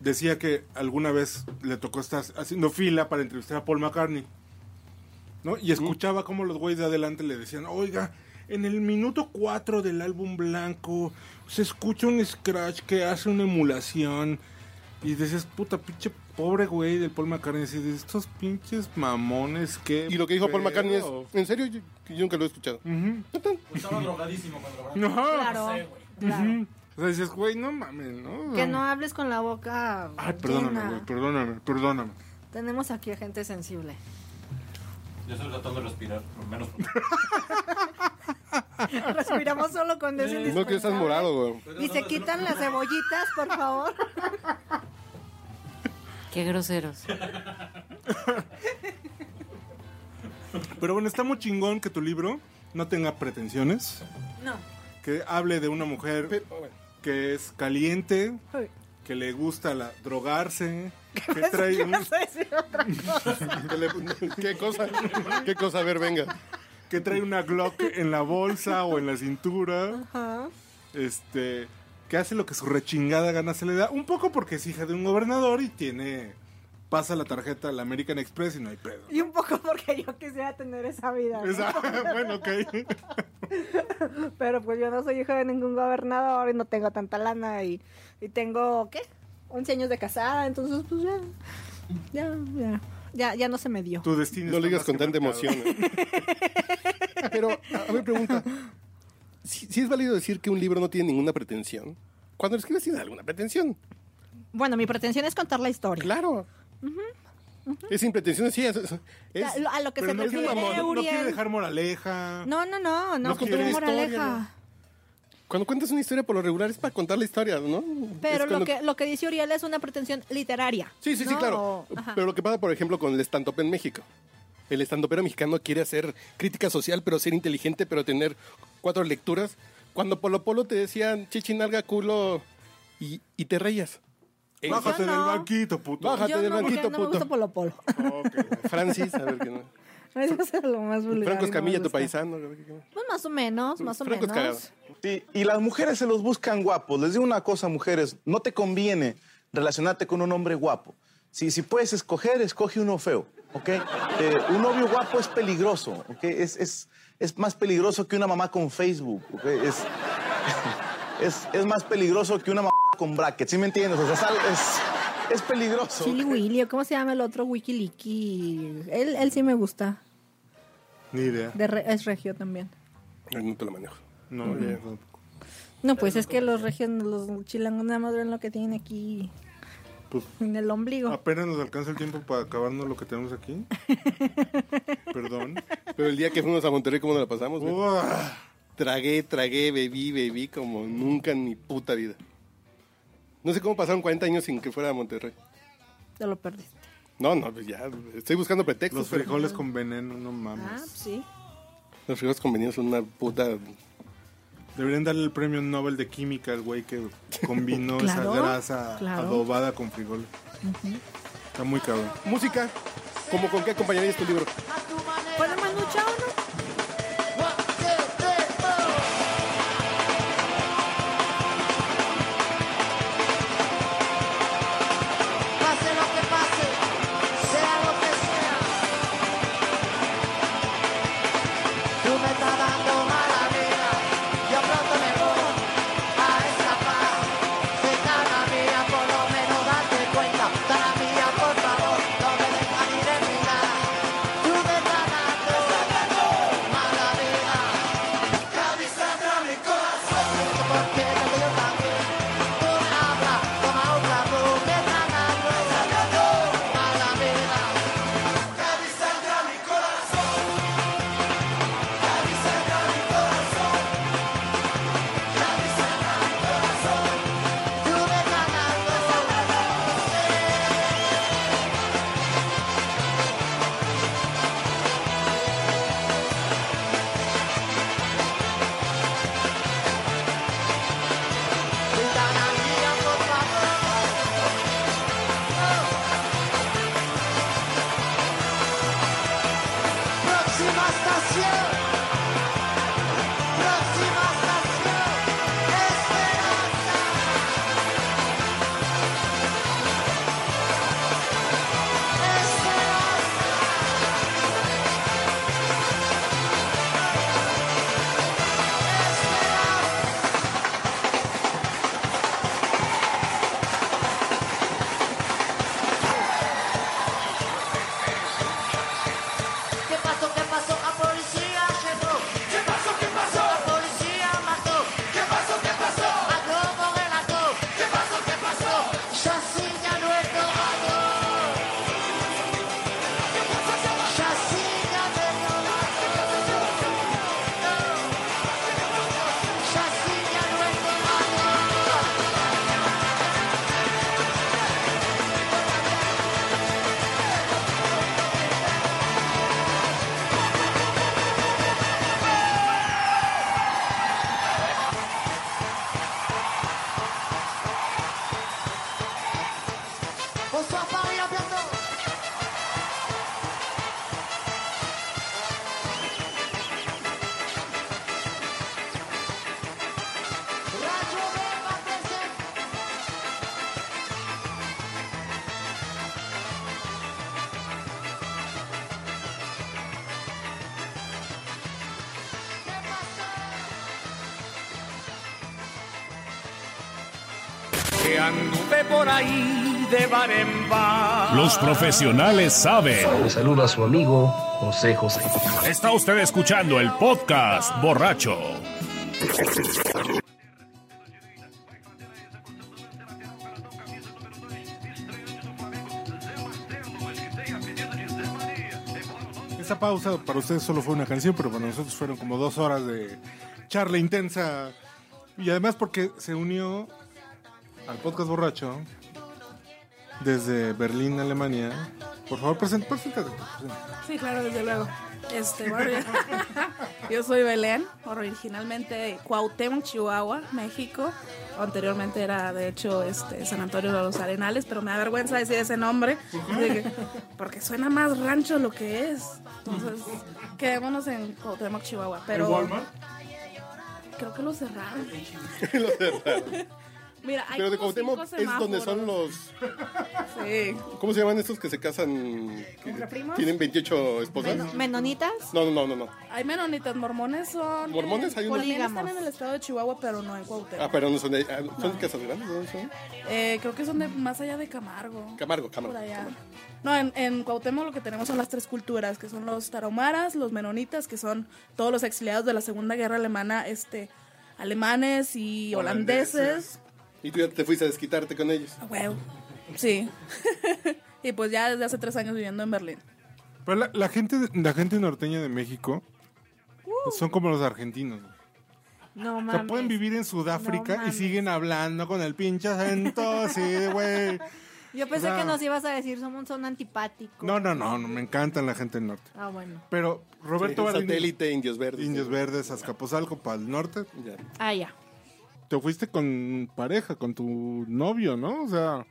decía que alguna vez le tocó estar haciendo fila para entrevistar a Paul McCartney. ¿no? Y escuchaba cómo los güeyes de adelante le decían, oiga, en el minuto 4 del álbum blanco se escucha un scratch que hace una emulación. Y decías, puta pinche pobre güey del Paul McCartney. Así de estos pinches mamones que... Y lo que dijo Paul McCartney es, en serio, yo, yo nunca lo he escuchado. Estaba drogadísimo cuando lo No, Claro, claro. Ah, Ujú. O sea, dices, güey, no mames, ¿no? Que no hables con la boca Ay, perdóname, llena. güey, perdóname, perdóname. Tenemos aquí a gente sensible. Yo estoy tratando de respirar, por menos. Respiramos solo con desindispensable. No, que estás morado, güey. Y se quitan las cebollitas, por favor. Qué groseros. Pero bueno, está muy chingón que tu libro no tenga pretensiones. No. Que hable de una mujer Pero, bueno, que es caliente, Ay. que le gusta la, drogarse, que trae un, Vas a decir otra ¿Qué, le- qué cosa? ¿Qué cosa? A ver, venga. que trae una Glock en la bolsa o en la cintura. Ajá. este, que hace lo que su rechingada gana se le da. Un poco porque es hija de un gobernador y tiene. Pasa la tarjeta al American Express y no hay pedo. Y un poco porque yo quisiera tener esa vida. ¿no? Esa- bueno, ok. Pero pues yo no soy hija de ningún gobernador y no tengo tanta lana y, y tengo, ¿qué? 11 años de casada, entonces pues ya, ya, ya, ya, ya no se me dio. Tu destino No está lo digas más con que tanta marcado. emoción. ¿eh? Pero, a, a ver, pregunta. Si, si es válido decir que un libro no tiene ninguna pretensión, cuando lo escribes tiene alguna pretensión. Bueno, mi pretensión es contar la historia. Claro. Es sin pretensiones, sí. Es, es- es- lo- a lo que pero se no es refiere, mamón. No, no quiere Uriel. dejar moraleja. No, no, no, no, No contar quiere moraleja. historia, ¿no? Cuando cuentas una historia por lo regular es para contar la historia, ¿no? Pero Es lo cuando- que, lo que dice Uriel es una pretensión literaria. Sí, sí, sí, ¿no? claro. Ajá. Pero lo que pasa, por ejemplo, con el stand-up en México. El stand-upero mexicano quiere hacer crítica social, pero ser inteligente, pero tener cuatro lecturas. Cuando Polo Polo te decían chichinalga, culo, y, y te reías. Eh, Bájate Yo no. del banquito, puto. Baja- Bájate Yo del no, porque banquito, no me gusta puto. Polo Polo. Francis, a ver qué no. Eso es lo más vulgar. Franco y no me Escamilla, tu gusta. paisano. a ver qué no. Pues más o menos, más o Franco es cagado. menos. Sí, y las mujeres se los buscan guapos. Les digo una cosa, mujeres, no te conviene relacionarte con un hombre guapo. Si, si puedes escoger, escoge uno feo, ¿ok? Eh, un novio guapo es peligroso, ¿ok? Es, es, es más peligroso que una mamá con Facebook, ¿ok? Es, es, es más peligroso que una mamá con brackets, ¿sí me entiendes? O sea, sal- es, es peligroso. Chili Willy, o ¿cómo se llama el otro? Wikiliki. Él, él sí me gusta. Ni idea. De re- es regio también. Ay, No te lo manejo. No, Muy bien. no. No, pues es que los regios, los chilangos nada más ven lo que tienen aquí Pues en el ah, ombligo. apenas nos alcanza el tiempo para acabarnos lo que tenemos aquí. Perdón. Pero el día que fuimos a Monterrey, ¿cómo nos la pasamos? güey? Oh. Uah. Tragué, tragué, bebí, bebí como nunca en mi puta vida. No sé cómo pasaron 40 años sin que fuera a Monterrey. Te lo perdiste. No, no, pues ya, estoy buscando pretextos. Los pero- frijoles con veneno, no Ah, pues mames. sí. Los frijoles convenidos son una puta. Deberían darle el premio Nobel de Química al güey que combinó Claro, esa grasa claro. adobada con frijol. Está muy cabrón. Música, ¿cómo con qué acompañarías tu libro? ¿Pone Manu Chao, no? Pase lo que pase, sea lo que sea. Tú me estás dando mala vida, yo pronto me voy a escapar. Sé cara mía, por lo menos date cuenta. Cara mía, por favor, no me dejas ni respirar. Tú me estás dando que anduve por ahí de bar en bar. Los profesionales saben. Le saluda a su amigo José José. Está usted escuchando el podcast borracho. Esa pausa para ustedes solo fue una canción, pero para nosotros fueron como dos horas de charla intensa. Y además porque se unió al podcast borracho desde Berlín, Alemania. Por favor, present- preséntate. preséntate. Sí, claro, desde luego. Este, bueno, yo- yo soy Belén, originalmente de Cuauhtémoc, Chihuahua, México. Anteriormente era, de hecho, este, San Antonio de los Arenales, pero me da vergüenza decir ese nombre, así que- porque suena más rancho lo que es. Entonces, quedémonos en Cuauhtémoc, Chihuahua. Pero ¿En Walmart? Creo que lo cerraron. Lo cerraron. Mira, hay Pero de como Cuauhtémoc cinco es donde son semáforos. los... Sí. ¿Cómo se llaman estos que se casan? que ¿Contraprimos? ¿Tienen 28 esposas? Men- ¿Menonitas? No, no, no, no, no. Hay menonitas, mormones son. eh, Mormones hay unos. También están Polígamos. en el estado de Chihuahua, pero no en Cuauhtémoc. Ah, pero no son de... ah, ¿Son casas grandes? ¿no? ¿Son? Ah. Eh, creo que son de más allá de Camargo. Camargo, Por Camargo. allá. Camargo. No, en, en Cuauhtémoc lo que tenemos son las tres culturas, que son los taromaras, los menonitas, que son todos los exiliados de la Segunda Guerra Alemana, este, alemanes y holandeses. Y tú ya te fuiste a desquitarte con ellos. Ah, huevo. Sí. y pues ya desde hace tres años viviendo en Berlín. Pero la, la gente, la gente norteña de México Uh. son como los argentinos. güey. No O mames. sea, pueden vivir en No Sudáfrica y mames. siguen hablando con el pinche acento así, güey. Yo pensé O sea- que nos ibas a decir, somos son antipáticos. No, no, no, no, me encantan la gente del norte. Ah, bueno. Pero Roberto Sí, Bardini- satélite, Indios Verdes. Indios Verdes, Azcapotzalco, para el norte. Ah, ya. Te fuiste con pareja, con tu novio, ¿no? O sea,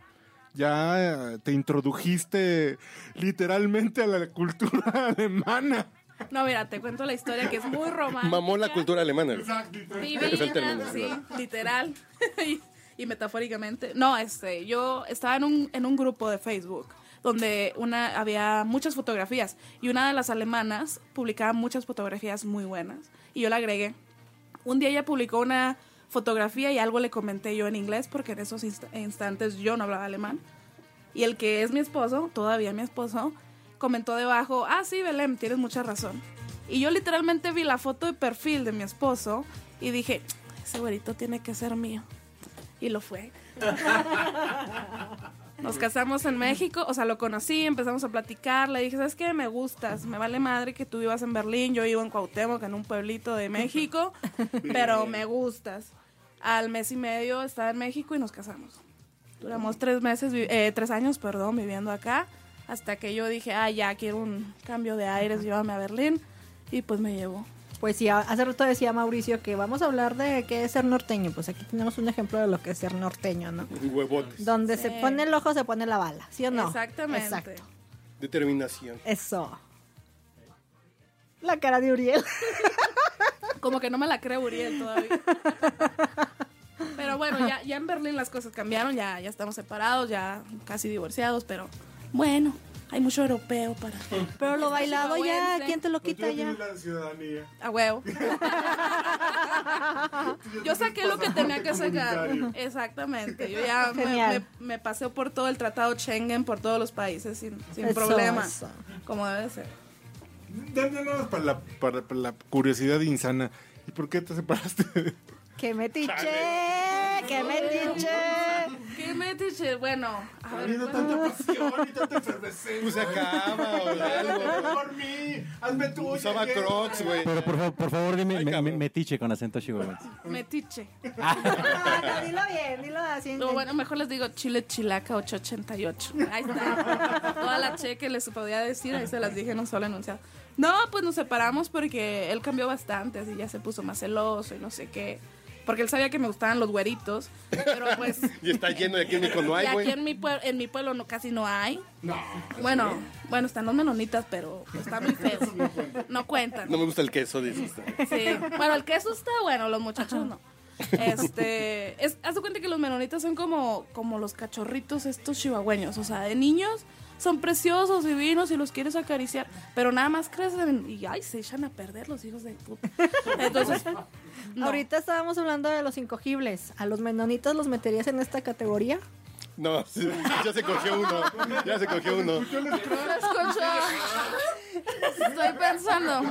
ya eh, te introdujiste literalmente a la cultura alemana. No, mira, te cuento la historia que es muy romántica. Mamó la cultura alemana. güey. Divina, Es el término. sí, literal y, y metafóricamente. No, este, yo estaba en un, en un grupo de Facebook donde una había muchas fotografías y una de las alemanas publicaba muchas fotografías muy buenas y yo la agregué. Un día ella publicó una fotografía y algo le comenté yo en inglés porque en esos inst- instantes yo no hablaba alemán. Y el que es mi esposo, todavía mi esposo, comentó debajo, ah, sí, Belén, tienes mucha razón. Y yo literalmente vi la foto de perfil de mi esposo y dije, ese güerito tiene que ser mío. Y lo fue. Nos casamos en México, o sea, lo conocí, empezamos a platicar, le dije, ¿sabes qué? Me gustas, me vale madre que tú vivas en Berlín, yo vivo en Cuauhtémoc, en un pueblito de México, pero me gustas. Al mes y medio estaba en México y nos casamos. Duramos tres meses, vi- eh, tres años, perdón, viviendo acá, hasta que yo dije, ah, ya quiero un cambio de aires, llévame a Berlín, y pues me llevó. Pues sí, hace rato decía Mauricio que vamos a hablar de qué es ser norteño. Pues aquí tenemos un ejemplo de lo que es ser norteño, ¿no? Huevotes. Donde se Sí. pone el ojo, se pone la bala, ¿sí o no? Exactamente. Exacto. Determinación. Eso. La cara de Uriel. Como que no me la creo Uriel todavía. Pero bueno, ya, ya en Berlín las cosas cambiaron, ya, ya estamos separados, ya casi divorciados, pero bueno, hay mucho europeo para... Pero lo bailado ya, Chihuahuense. ¿quién te lo Pues quita ya? ciudadanía. A huevo. Yo saqué lo que tenía que sacar. comunitario. Exactamente. Yo ya me, Genial. me- me paseo por todo el tratado Schengen, por todos los países sin, sin Eso, problema. eso. Como debe ser. Dándonos para la, para- para la curiosidad insana. ¿Y por qué te separaste? ¡Qué metiche! ¡Qué metiche! ¿Qué metiche? Bueno, a ver. Pues Usa cama o algo. Por mí, hazme tú. Usaba crocs, güey. Pero por, fa- por favor, dime me- me- metiche con acento chihuahuense. Metiche. No, no, dilo bien, dilo así. No, bueno, mejor les digo chile chilaca 888. Ahí está. Toda la che que les podía decir, ahí se las dije en un solo enunciado. No, pues nos separamos porque él cambió bastante, así ya se puso más celoso y no sé qué. Porque él sabía que me gustaban los güeritos, pero pues... Y está lleno de aquí en México no y hay, aquí güey. en mi, pueblo, en mi pueblo no, casi no hay. Bueno, bueno, están los menonitas, pero están muy feos. No cuentan. No me gusta el queso, dice usted. Sí. Bueno, el queso está bueno, los muchachos no. Este, es, haz de cuenta que los menonitas son como, como los cachorritos estos chihuahueños, o sea, de niños son preciosos, divinos y los quieres acariciar, pero nada más crecen y ay, se echan a perder los hijos de puta. Entonces, no. Ahorita estábamos hablando de los incogibles. ¿A los menonitas los meterías en esta categoría? No, sí, ya se cogió uno. Ya se cogió uno. Lo escucho. Estoy pensando.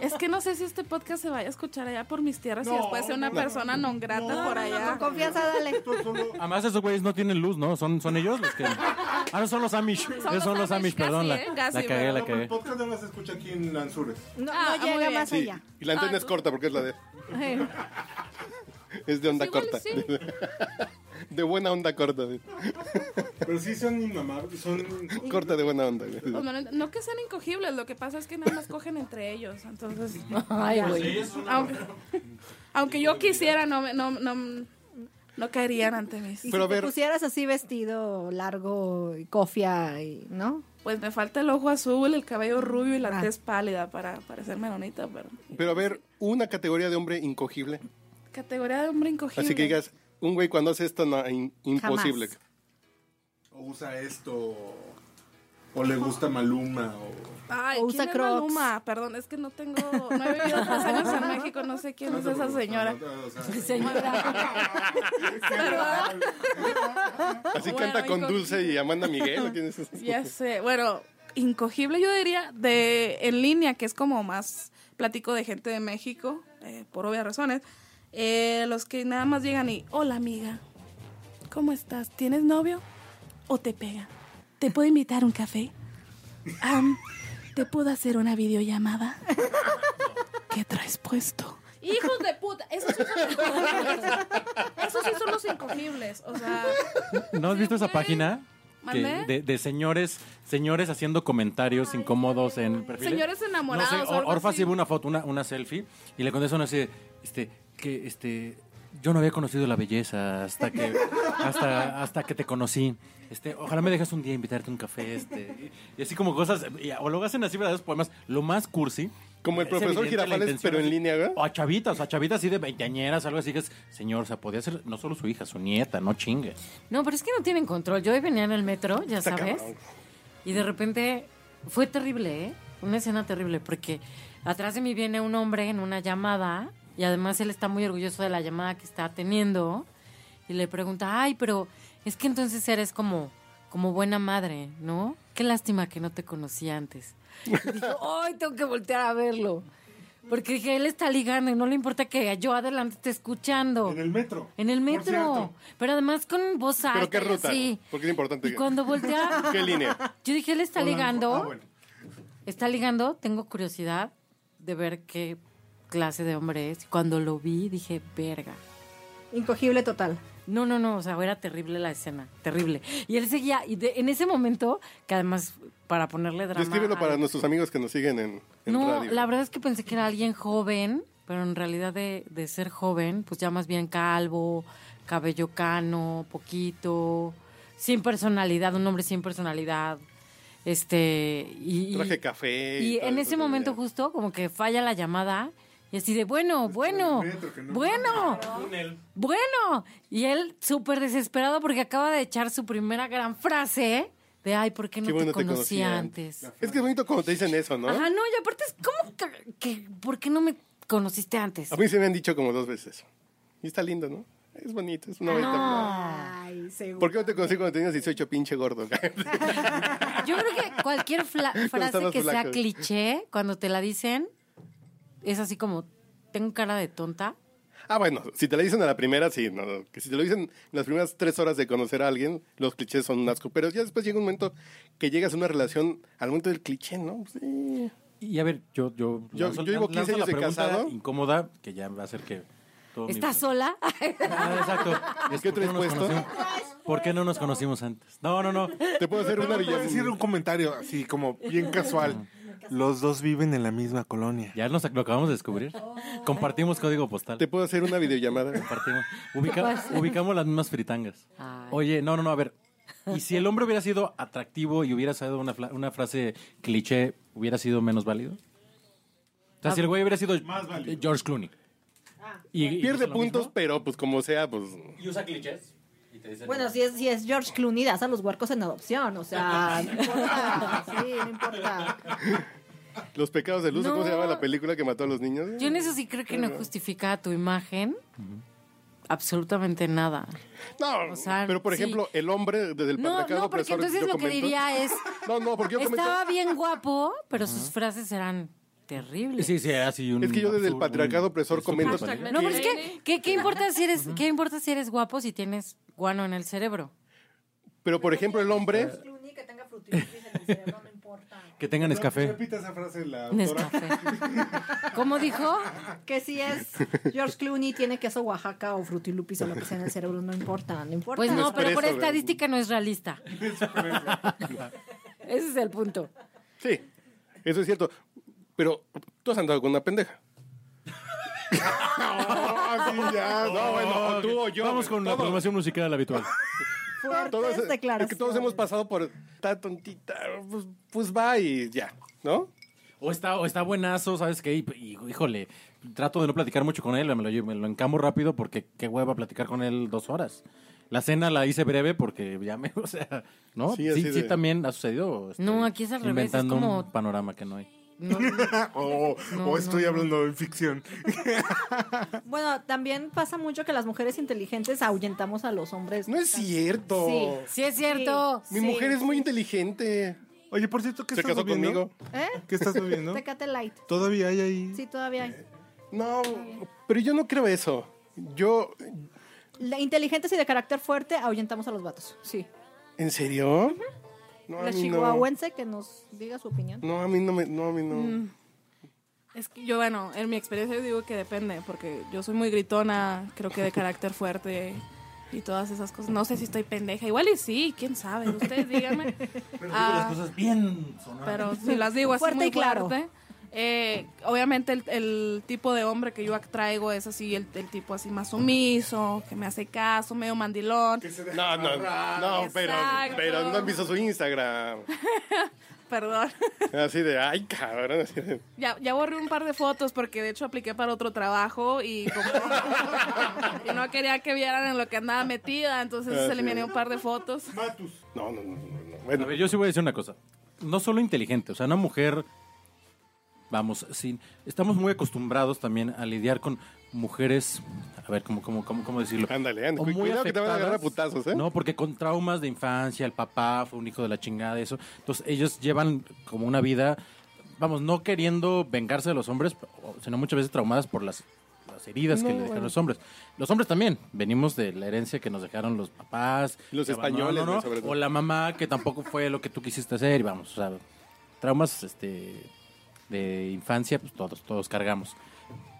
Es que no sé si este podcast se vaya a escuchar allá por mis tierras y después sea una persona non grata por allá. con confianza, dale. Además, esos güeyes no tienen luz, ¿no? Son, son ellos los que. Ah, no, son los Amish. Esos Son, los Amish, perdón. ¿eh? la, la cagué, la El cagué. podcast no las escucha aquí en Lanzures. No, Ah, no llega muy bien. más Sí, allá. y la antena Ah, es corta porque es la de. Es de onda Igual corta. sí. De buena onda corta. sí. Pero sí son inmamables. Son. Corta de buena onda. güey. Pues, bueno, no que sean incogibles, lo que pasa es que nada más cogen entre ellos. Entonces, Ay, güey. aunque, aunque yo quisiera, no, me- no, no, no caerían ante mí. Y Pero si a te ver- pusieras así vestido largo y cofia, y, ¿no? Pues me falta el ojo azul, el cabello rubio y la Ah. tez pálida para parecer menonita, pero... Pero a ver, una categoría de hombre incogible. Categoría de hombre incogible. Así que digas, un güey cuando hace esto, no, in- imposible. O usa esto. o- O le gusta Maluma. O. Ay, O usa ¿quién es Crocs. Maluma? Perdón, es que no tengo... No he vivido tres años en México, no sé quién es esa señora. Señora. Pero- Así Bueno, canta con incogible. Dulce y Amanda Miguel. ¿o quién es ese? Ya sé, bueno, incogible yo diría de en línea, que es como más platico de gente de México, eh, por obvias razones, eh, los que nada más llegan y, hola amiga, ¿cómo estás? ¿Tienes novio? ¿O te pega? ¿Te puedo invitar a un café? Am, ¿Te puedo hacer una videollamada? ¿Qué traes puesto? Hijos de puta, esos sí son Esos sí son los incogibles, o sea... ¿No has visto esa página? Que- ¿Mandé? de, de señores señores haciendo comentarios incómodos en perfiles. Señores enamorados, No sé, o Or- algo Orfa así. sí ve una foto, una, una selfie, y le contesta uno así, este, que, este, yo no había conocido la belleza hasta que, hasta, hasta que te conocí. Este, ojalá me dejes un día invitarte a un café, este, y, y así como cosas, y- o luego hacen así verdaderos poemas, lo más cursi. Como el Es profesor evidente la Girafales, intención, pero en así. línea, ¿verdad? O a chavitas, o a chavitas así de veinteañeras, algo así que es, señor, o sea, podía ser no solo su hija, su nieta, no chingue. No, pero es que no tienen control. Yo hoy venía en el metro, ya Está sabes, cabrón. y de repente fue terrible, ¿eh? Una escena terrible, porque atrás de mí viene un hombre en una llamada, y además él está muy orgulloso de la llamada que está teniendo, y le pregunta, ay, pero es que entonces eres como, como buena madre, ¿no? Qué lástima que no te conocí antes. Y dijo, ay, tengo que voltear a verlo. Porque dije, él está ligando y no le importa que yo adelante esté escuchando. En el metro. En el metro. cierto. Pero además con voz alta. Pero qué y ruta. así. Porque es importante. Y que- cuando voltea, ¿Qué línea? yo dije, él está O la- ligando. Ah, bueno. Está ligando. Tengo curiosidad de ver qué clase de hombre es. Y Cuando lo vi, dije, verga. Incogible total. No, no, no, o sea, era terrible la escena, terrible. Y él seguía, y de- en ese momento, que además, para ponerle drama... Descríbelo al- para nuestros amigos que nos siguen en, en no, radio. la verdad es que pensé que era alguien joven, pero en realidad de, de ser joven, pues ya más bien calvo, cabello cano, poquito, sin personalidad, un hombre sin personalidad. Este, y, y- Traje café. y todo en eso pues, ese tenía. momento justo como que falla la llamada y así de bueno, bueno, Pues, metro, que no- bueno, bueno. Y él súper desesperado porque acaba de echar su primera gran frase de ay, ¿por qué no Qué bueno te te conocí, conocí antes? Es que es bonito cuando te dicen eso, ¿no? Ajá, no, y aparte es como que, que- ¿por qué no me conociste antes? A mí se me han dicho como dos veces. Y está lindo, ¿no? Es bonito, Ah. es una bonita flor. Ay, seguro. ¿Por qué no te conocí cuando tenías 18 pinche gordo? Yo creo que cualquier fla- frase gustan los que sea flacos. cliché, cuando te la dicen, es así como, tengo cara de tonta. ah, bueno, si te la dicen a la primera, sí, no, que si te lo dicen en las primeras tres horas de conocer a alguien, los clichés son un asco. Pero ya después llega un momento que llegas a una relación al momento del cliché, ¿no? Sí. Y a ver, yo, yo, Yo- lanzo- yo llevo 15 lanzo años de casado. incómoda que ya va a hacer que todo mi- ¿Estás sola? Ah, exacto. Es, ¿Qué ¿por traes no nos puesto? conocimos- ¿Por qué no nos conocimos antes? No, no, no. Te puedo hacer una Voy a villa. decir un comentario así como bien casual. Los dos viven en la misma colonia. Ya nos ac- lo acabamos de descubrir. Compartimos código postal. Te puedo hacer una videollamada. Compartimos. Ubica- ubicamos las mismas fritangas. Ay. Oye, no, no, no, a ver. ¿Y si el hombre hubiera sido atractivo y hubiera sido una, fla- una frase cliché, hubiera sido menos válido? O sea, si el güey hubiera sido eh, George Clooney. Y- y Pierde hizo lo puntos, mismo, pero pues como sea, pues. Y usa clichés. Y te Bueno, si es, si es George Clooney, das a los huercos en adopción, o sea, no importa, sí, no importa. Los pecados de luz, ¿cómo se No. llama la película que mató a los niños? Yo en eso sí creo que no justifica tu imagen. Absolutamente nada. No, O sea, pero por sí. ejemplo, el hombre desde el No, patriarcado no, porque opresor, entonces yo lo que comento- diría es. No, no, porque yo comento- Estaba bien guapo, pero sus frases eran terribles. Sí, sí, era así un Es que yo desde el absurdo, patriarcado un- opresor comento. Hashtag No, pero es que, ¿qué, qué importa si eres, ¿qué importa si eres guapo si tienes guano en el cerebro? Pero por ejemplo, el hombre. Que tengan escafé. Repita esa frase la autora. Nescafé. ¿Cómo dijo? Que si es George Clooney, tiene queso Oaxaca o frutilupis o lo que sea en el cerebro, no importa, no importa. Pues no, pero por estadística no es realista. Ese es el punto. Sí, eso es cierto. Pero tú has andado con una pendeja. Ah, sí, ya. No, bueno, tú o yo. Vamos con la programación musical habitual. Todos, es que todos hemos pasado por ta tontita, pues, pues va y ya, ¿no? O está, o está buenazo, ¿sabes qué? Y, y, híjole, trato de no platicar mucho con él, me lo, me lo encamo rápido porque qué hueva platicar con él dos horas. La cena la hice breve porque ya me, o sea, ¿no? Sí, Sí, así sí, de- también ha sucedido. este, No, aquí es al revés, es Inventando como- un panorama que no hay. o, No, o estoy no, no. hablando en ficción. Bueno, también pasa mucho que las mujeres inteligentes ahuyentamos a los hombres. No es cierto. Sí, Sí, es cierto. Mi mujer es muy inteligente. Oye, por cierto, ¿qué Se estás casó bebiendo? conmigo. ¿Eh? ¿Qué estás bebiendo? Tecate Light. Todavía hay ahí. Sí, todavía hay. No, pero yo no creo eso. Yo, La- inteligentes y de carácter fuerte ahuyentamos a los vatos. Sí. ¿en serio? No, La a mí no. chihuahuense que nos diga su opinión. No, a mí no me, no, a mí no. Mm. Es que yo, bueno, en mi experiencia yo digo que depende, porque yo soy muy gritona, creo que de carácter fuerte y todas esas cosas. No sé si estoy pendeja, igual y sí, quién sabe, ustedes díganme. Ah, bien pero si las digo así Fuerte muy y claro. fuerte, eh, obviamente el, el tipo de hombre que yo atraigo es así, el, el tipo así más sumiso, que me hace caso, medio mandilón. No, no, no, pero, Exacto. pero no han visto su Instagram. Perdón. Así de, ay, cabrón. así de- Ya, ya borré un par de fotos porque de hecho apliqué para otro trabajo y, como- y no quería que vieran en lo que andaba metida, entonces Ah, sí. eliminé un par de fotos. No, no, no, no. no. A ver, yo sí voy a decir una cosa. No solo inteligente, o sea, una mujer. Vamos, sin, estamos muy acostumbrados también a lidiar con mujeres. A ver, ¿cómo, cómo, cómo, cómo decirlo? Ándale, ándale. O Cu- muy Cuidado que te van a agarrar a afectadas, putazos, ¿eh? No, porque con traumas de infancia, el papá fue un hijo de la chingada, eso. Entonces, ellos llevan como una vida, vamos, no queriendo vengarse de los hombres, o- sino muchas veces traumadas por las, las heridas No, que le dejaron bueno. los hombres. Los hombres también, venimos de la herencia que nos dejaron los papás. Los que españoles, abandonaron, sobre todo. O la mamá, que tampoco fue lo que tú quisiste hacer, y vamos, o sea, traumas este, de infancia, pues todos, todos cargamos.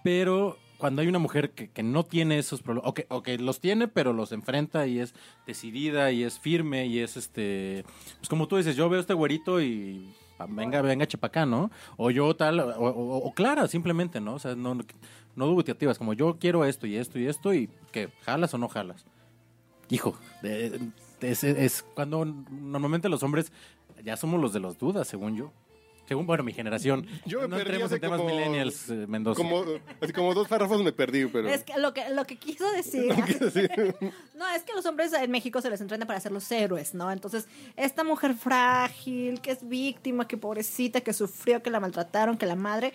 Pero cuando hay una mujer que, que no tiene esos problemas, o que, o que los tiene, pero los enfrenta y es decidida y es firme y es este. Pues como tú dices, yo veo a este güerito y. pa- Venga, venga, chepacá, ¿no? O yo tal, o, o- o Clara, simplemente, ¿no? O sea, no, no dubitativas, como yo quiero esto y esto y esto y que jalas o no jalas. Hijo, eh, es, es cuando normalmente los hombres ya somos los de las dudas, según yo. Según, bueno, mi generación. Yo me no perdí entremos hace en temas como- millennials, eh, Mendoza. Como, así como dos párrafos me perdí, pero. Es que lo que, lo que quiso decir. no, es que los hombres en México se les entrena para ser los héroes, ¿no? Entonces, esta mujer frágil, que es víctima, que pobrecita, que sufrió, que la maltrataron, que la madre,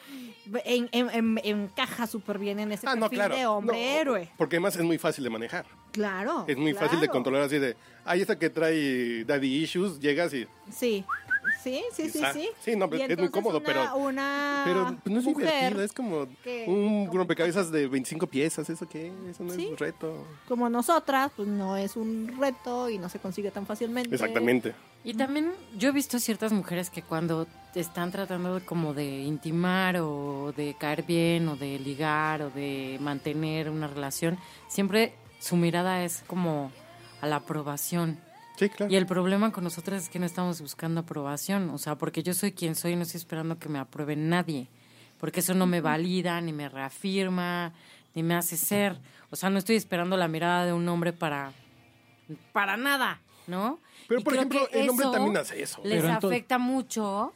en- en- en- encaja súper bien en ese Ah, este perfil no, claro. de hombre No, héroe. Porque además es muy fácil de manejar. Claro. es muy claro. fácil de controlar, así de. Ay, esta que trae daddy issues, llegas y. Sí. Sí, sí, sí, Quizá. sí. Sí, no, Y es muy entonces cómodo, una- pero- Una Pero pues, no es Ah, mujer divertido, es como que- un rompecabezas de 25 piezas, ¿eso qué? Eso no Sí. es un reto. como nosotras, pues no es un reto y no se consigue tan fácilmente. Exactamente. Y también yo he visto ciertas mujeres que cuando están tratando de- como de intimar o de caer bien o de ligar o de mantener una relación, siempre su mirada es como a la aprobación. Sí, claro. Y el problema con nosotras es que no estamos buscando aprobación, o sea, porque yo soy quien soy y no estoy esperando que me apruebe nadie, porque eso no me valida, ni me reafirma, ni me hace ser, o sea, no estoy esperando la mirada de un hombre para, para nada, ¿no? Pero, por creo ejemplo, que el hombre eso también hace eso. Les Pero entonces- afecta mucho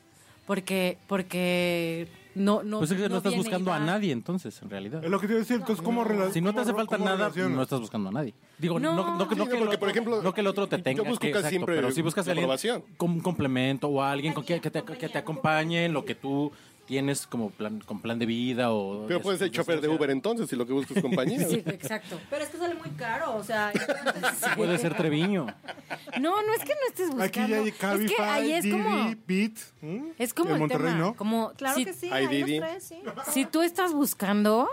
porque, porque No, no, Pues es que no, estás viene buscando a igual. nadie entonces, en realidad. Es lo que te iba a decir, entonces, ¿cómo rela- Si no te cómo hace re- falta cómo nada, relacionas? no estás buscando a nadie. Digo, no, No. no, no, que- Sí, no no, que el porque, otro, por ejemplo, no que el otro te tenga. busco que- casi exacto, siempre pero si buscas a alguien aprobación. con un complemento o a alguien con quien que te, que te acompañe en lo que tú tienes como plan, con plan de vida o... Pero puedes ser chofer de Uber entonces, si lo que buscas es compañía. Sí, exacto. Pero es que sale muy caro, o sea. Puede ser Treviño. No, no es que no estés buscando. Aquí ya hay es que ahí Cabify, es como. Didi, Bit. ¿m? Es como En el Monterrey, tema, ¿no? como Claro si- que sí, Ay, ahí Didi. los tres, sí. Si tú estás buscando,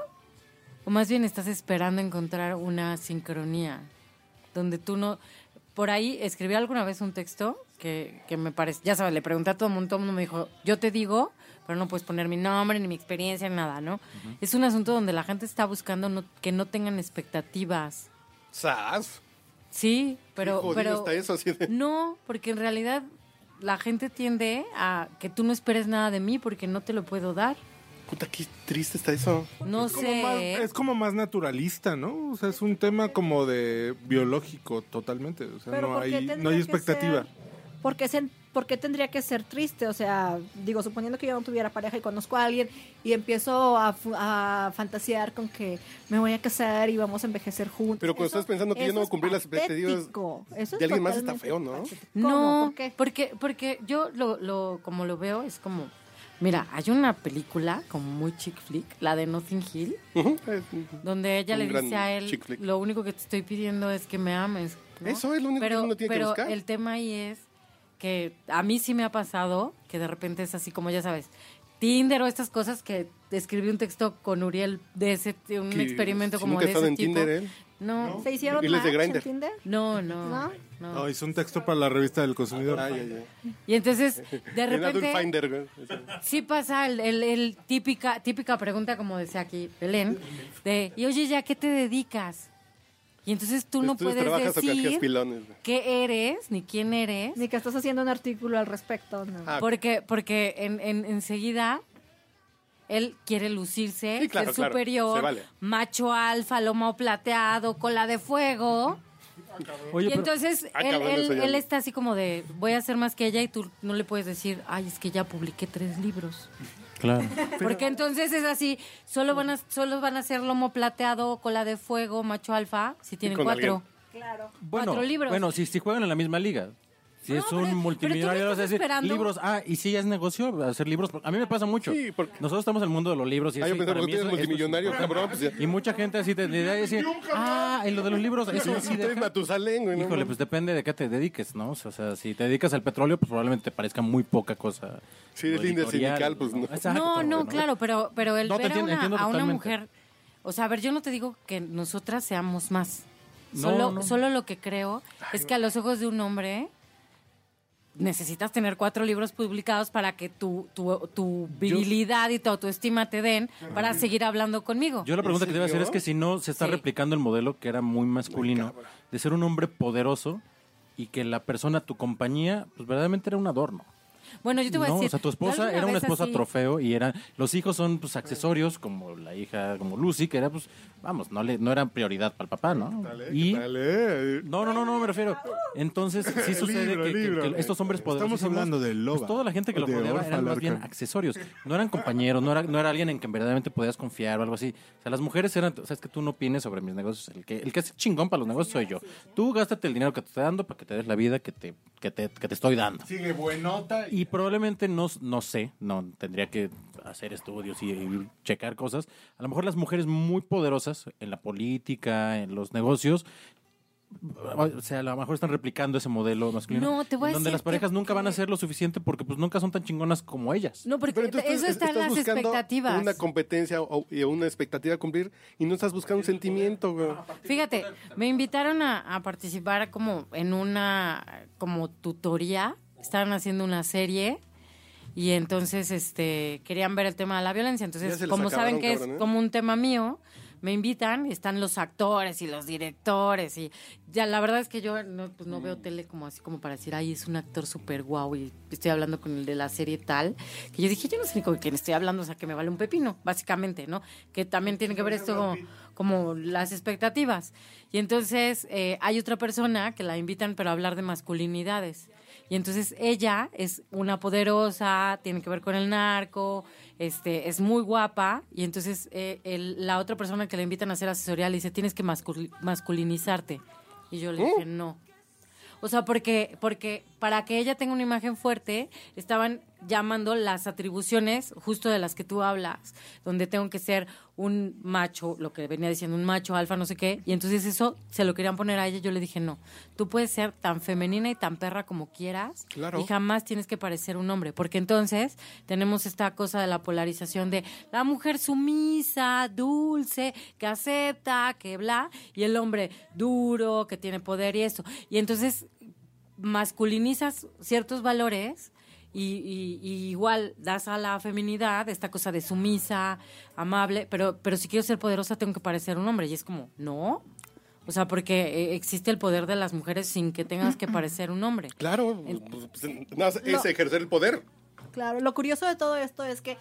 o más bien estás esperando encontrar una sincronía, donde tú no... Por ahí escribí alguna vez un texto que, que me parece, ya sabes, le pregunté a todo el mundo, todo el mundo me dijo, yo te digo, pero no puedes poner mi nombre, ni mi experiencia, ni nada, ¿no? Es un asunto donde la gente está buscando no- que no tengan expectativas. ¡Sas! Sí, pero... Qué jodido pero está eso, así de- No, porque en realidad la gente tiende a que tú no esperes nada de mí porque no te lo puedo dar. Puta, qué triste está eso. No Como más- sé. es como más naturalista, ¿no? O sea, es un tema como de biológico totalmente. O sea, Pero no ¿por qué hay, no tendría hay que expectativa. ser? ¿Por qué, se- por qué tendría que ser triste? O sea, digo, suponiendo que yo no tuviera pareja y conozco a alguien y empiezo a, fu- a fantasear con que me voy a casar y vamos a envejecer juntos. Pero cuando estás pensando que yo eso no voy a es cumplir las expectativas patético. Eso es de alguien más está totalmente feo, ¿no? No, porque porque yo lo, lo como lo veo es como mira, hay una película como muy chick flick, la de Nothing Hill, donde ella Un le gran dice a chick flick. él, lo único que te estoy pidiendo es que me ames. ¿no? Eso es lo único que pero, uno tiene que pero buscar. el tema ahí es que a mí sí me ha pasado que de repente es así como ya sabes, Tinder o estas cosas que escribí un texto con Uriel de ese de un Que experimento si como nunca de ha estado ese en tipo. Tinder, él. No, ¿Se hicieron ¿Y les de match en Grindr? Tinder? no, no, ¿No? No, hice un texto para la revista del consumidor. Y entonces, de En repente, Adult Finder, güey. sí pasa el, el- el típica, típica pregunta, como decía aquí Belén, de, y oye, ¿ya qué te dedicas? Y entonces tú no Estudias, puedes trabajas o cajeas decir pilones. güey. qué eres, ni quién eres. Ni que estás haciendo un artículo al respecto, ¿no? Porque, porque en, en- enseguida él quiere lucirse, Sí, claro, ser claro, superior, se vale. macho alfa, lomo plateado, cola de fuego. Oye, y pero- entonces Ah, él, cabrón, él- eso ya él no. está así como de, voy a hacer más que ella y tú no le puedes decir, ay, es que ya publiqué tres libros. Claro. Porque entonces es así, solo van a, solo van a ser lomo plateado, cola de fuego, macho alfa, si tienen con cuatro. alguien. Claro. Bueno, cuatro libros. bueno si, si juegan en la misma liga. Si es un multimillonario, estás vas a decir, esperando- libros, ah, y si ya es negocio hacer libros. A mí me pasa mucho. Nosotros estamos en el mundo de los libros. Y Ah, eso, yo pensaba, para tú mí eres eso- multimillonario, eso- cabrón, pues ya. Y mucha gente así te te da y decir, ah, en lo de los libros. Eso sí Tú eres deja. Matusalén, güey. ¿no? Híjole, pues depende de qué te dediques, ¿no? O sea, o sea, si te dedicas al petróleo, pues probablemente te parezca muy poca cosa. Si eres lo líder editorial, sindical, pues no. Exacto, no, no, bueno. claro, pero, pero el No, te ver a entiendo, una- entiendo a, una, totalmente. mujer. O sea, a ver, yo no te digo que nosotras seamos más. No, solo, no. solo lo que creo es que a los ojos de un hombre necesitas tener cuatro libros publicados para que tu, tu, tu virilidad y tu autoestima te den para seguir hablando conmigo. Yo la pregunta que te iba a hacer es que si no se está replicando el modelo que era muy masculino de ser un hombre poderoso y que la persona, tu compañía, pues verdaderamente era un adorno. Bueno, yo te voy a No, decir. o sea, tu yo esposa alguna era una vez esposa así- trofeo y eran los hijos son pues accesorios como la hija, como Lucy, que era pues vamos, no le no eran prioridad para el papá, ¿no? y eh? No, no, no, no me refiero. Entonces sí El sucede libro, que, el que- libro. que estos hombres Estamos poderosos hablando de Loba, toda la gente que lo de rodeaba Orphan eran más bien Lorcan. accesorios, no eran compañeros, no era no era alguien en que verdaderamente podías confiar o algo así. O sea, las mujeres eran, o sea, es que tú no opines sobre mis negocios, el que el que es chingón para los negocios soy yo. Tú gástate el dinero que te estoy dando para que te des la vida que te que te, que te estoy dando. Sigue buenota. Y probablemente no, no sé, no tendría que hacer estudios y, y checar cosas. A lo mejor las mujeres muy poderosas en la política, en los negocios, o sea, a lo mejor están replicando ese modelo masculino. No, te voy a en Donde decir las parejas que- nunca van a hacer lo suficiente porque pues nunca son tan chingonas como ellas. No, porque Pero entonces eso tú está en estás las buscando expectativas. Una competencia o- y una expectativa a cumplir y no estás buscando un sentimiento, güey. Ah, Fíjate, me invitaron a, a participar como en una como tutoría. Estaban haciendo una serie y entonces este querían ver el tema de la violencia. Ya Entonces, se les como acabaron, saben que cabrón, es ¿eh? como un tema mío, me invitan, y están los actores y los directores y ya la verdad es que yo no, pues no Mm. veo tele como así como para decir, ay, es un actor súper guau y estoy hablando con el de la serie tal, que yo dije, yo no sé ni con quién estoy hablando, o sea, que me vale un pepino, básicamente, ¿no? Que también tiene que ver esto como, como las expectativas. Y entonces eh, hay otra persona que la invitan pero a hablar de masculinidades. Y entonces ella es una poderosa, tiene que ver con el narco, este, es muy guapa. Y entonces eh, el- la otra persona que le invitan a hacer asesoría le dice, tienes que mascul- masculinizarte. Y yo le dije, no. O sea, porque, porque para que ella tenga una imagen fuerte, estaban llamando las atribuciones justo de las que tú hablas, donde tengo que ser un macho, lo que venía diciendo, un macho alfa, no sé qué. Y entonces eso se lo querían poner a ella. Yo le dije, no, tú puedes ser tan femenina y tan perra como quieras. Claro. Y jamás tienes que parecer un hombre, porque entonces tenemos esta cosa de la polarización de la mujer sumisa, dulce, que acepta, que bla, y el hombre duro, que tiene poder y eso. Y entonces masculinizas ciertos valores y, y- y igual das a la feminidad esta cosa de sumisa, amable, pero, pero si quiero ser poderosa tengo que parecer un hombre. Y es como, no. O sea, porque eh, existe el poder de las mujeres sin que tengas que parecer un hombre. Claro, pues, pues, nada más es No. ejercer el poder. Claro, lo curioso de todo esto es que,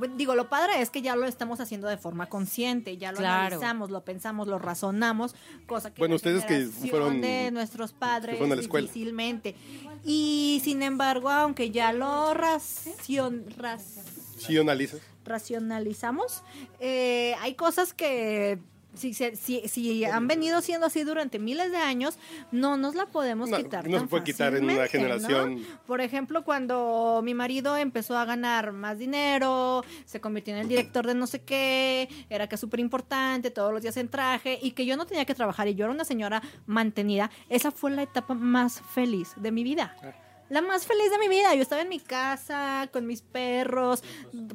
bu- digo, lo padre es que ya lo estamos haciendo de forma consciente, ya lo Claro. analizamos, lo pensamos, lo razonamos, cosa que Bueno, la ustedes que generación fueron- de nuestros que padres fueron a la escuela. difícilmente. Y sin embargo, aunque ya lo racion, ras- Si analizas. racionalizamos, eh, hay cosas que si, se- si, si han venido siendo así durante miles de años, no nos la podemos quitar. No se tan puede quitar en una fácilmente, ¿no? generación. Por ejemplo, cuando mi marido empezó a ganar más dinero, se convirtió en el director de no sé qué, era que súper importante, todos los días en traje, y que yo no tenía que trabajar y yo era una señora mantenida, esa fue la etapa más feliz de mi vida. La más feliz de mi vida. Yo estaba en mi casa, con mis perros,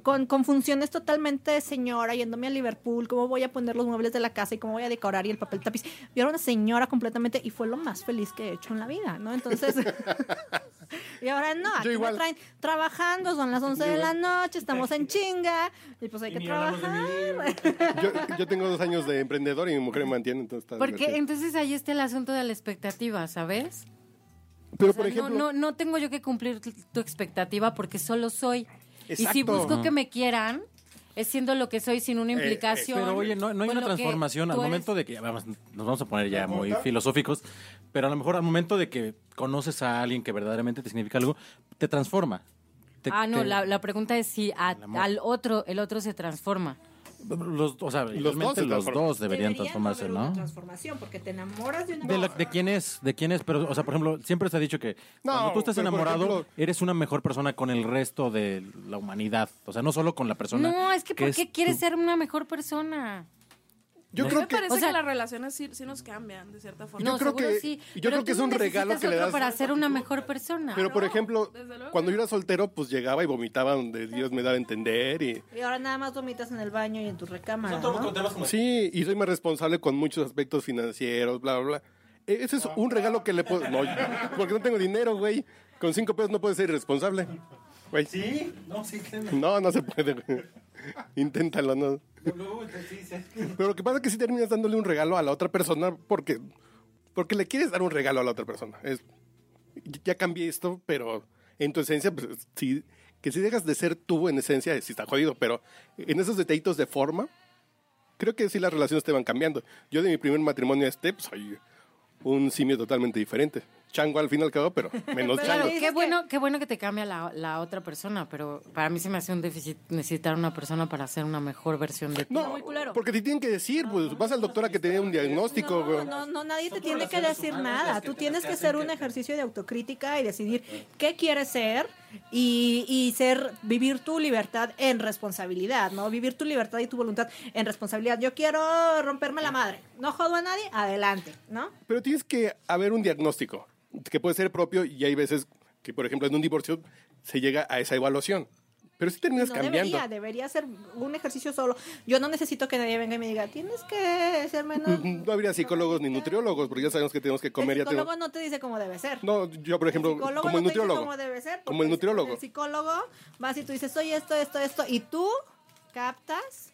con, con funciones totalmente de señora, yéndome a Liverpool, cómo voy a poner los muebles de la casa y cómo voy a decorar y el papel tapiz. Yo era una señora completamente y fue lo más feliz que he hecho en la vida, ¿no? Entonces... Y ahora no, aquí me traen trabajando, son las 11 de la noche, estamos en chinga, y pues hay que trabajar. Yo, yo tengo dos años de emprendedor y mi mujer me mantiene, entonces está Porque divertido. entonces ahí está el asunto de la expectativa, ¿sabes? Pero, O sea, por no- ejemplo, no, no, tengo yo que cumplir tu tu expectativa porque solo soy. Y si Exacto. busco Ajá. que me quieran, es siendo lo que soy sin una Eh, eh, implicación. Pero oye, no, no hay con una lo que transformación al tú eres. momento de que, vamos, nos vamos a poner ya muy ¿Pregunta? filosóficos, pero a lo mejor al momento de que conoces a alguien que verdaderamente te significa algo, te transforma. Te- ah, no, te- la, la pregunta es si a- al otro, el otro se transforma. los, o sea, Los dos realmente se los transforman. dos deberían transformarse, ¿no? transformación, porque te enamoras de una De, la- de quién es, de quién es, pero, o sea, por ejemplo, siempre se ha dicho que No, cuando tú estás pero, por enamorado, ejemplo- eres una mejor persona con el resto de la humanidad. O sea, no solo con la persona. no, es que, ¿por qué es quieres tu- ser una mejor persona? Yo No. creo Me que. parece o sea- que las relaciones sí, sí nos cambian, de cierta forma. No, creo seguro que- sí. yo pero creo que tú es un no regalo necesitas que le otro das. para ser una mejor persona. Pero, por ejemplo, cuando yo era soltero, pues llegaba y vomitaba donde Dios me daba a entender. Y... Y ahora nada más vomitas en el baño y en tu recámara. ¿no? Sí, y soy más responsable con muchos aspectos financieros, bla, bla, bla. E- Ese es un regalo que le puedo. No, porque no tengo dinero, güey. Con cinco pesos no puedes ser irresponsable. Güey. ¿Sí? No, sí, créeme. No, no se puede, güey. Inténtalo, no. Luego, sí, sí. Pero lo que pasa es que si terminas dándole un regalo a la otra persona porque, porque le quieres dar un regalo a la otra persona. Es, ya cambié esto, pero en tu esencia, pues, sí, que si dejas de ser tú en esencia, sí está jodido, pero en esos detallitos de forma, creo que sí las relaciones te van cambiando. Yo de mi primer matrimonio a este, pues, soy un simio totalmente diferente. Chango al fin y al cabo, pero menos chango. Claro, qué bueno, qué bueno que te cambia la, la otra persona, pero para mí se me hace un déficit necesitar una persona para ser una mejor versión de ti. No, porque te tienen que decir, pues vas al doctor a que te dé un diagnóstico. güey. No, no, nadie te tiene que decir nada. Tú tienes que hacer un ejercicio de autocrítica y decidir qué quieres ser y, y ser vivir tu libertad en responsabilidad, ¿no? Vivir tu libertad y tu voluntad en responsabilidad. Yo quiero romperme la madre. No jodo a nadie, adelante, ¿no? Pero tienes que haber un diagnóstico que puede ser propio y hay veces que, por ejemplo, en un divorcio se llega a esa evaluación. Pero si terminas No cambiando. debería, debería ser un ejercicio solo. Yo no necesito que nadie venga y me diga, tienes que ser menos. No habría psicólogos ni nutriólogos porque ya sabemos que tenemos que comer. El Ya tenemos- psicólogo no te dice cómo debe ser. No, yo, por ejemplo, psicólogo como no el te dice nutriólogo. cómo debe ser, Como el nutriólogo. El psicólogo vas y tú dices, soy esto, esto, esto, y tú captas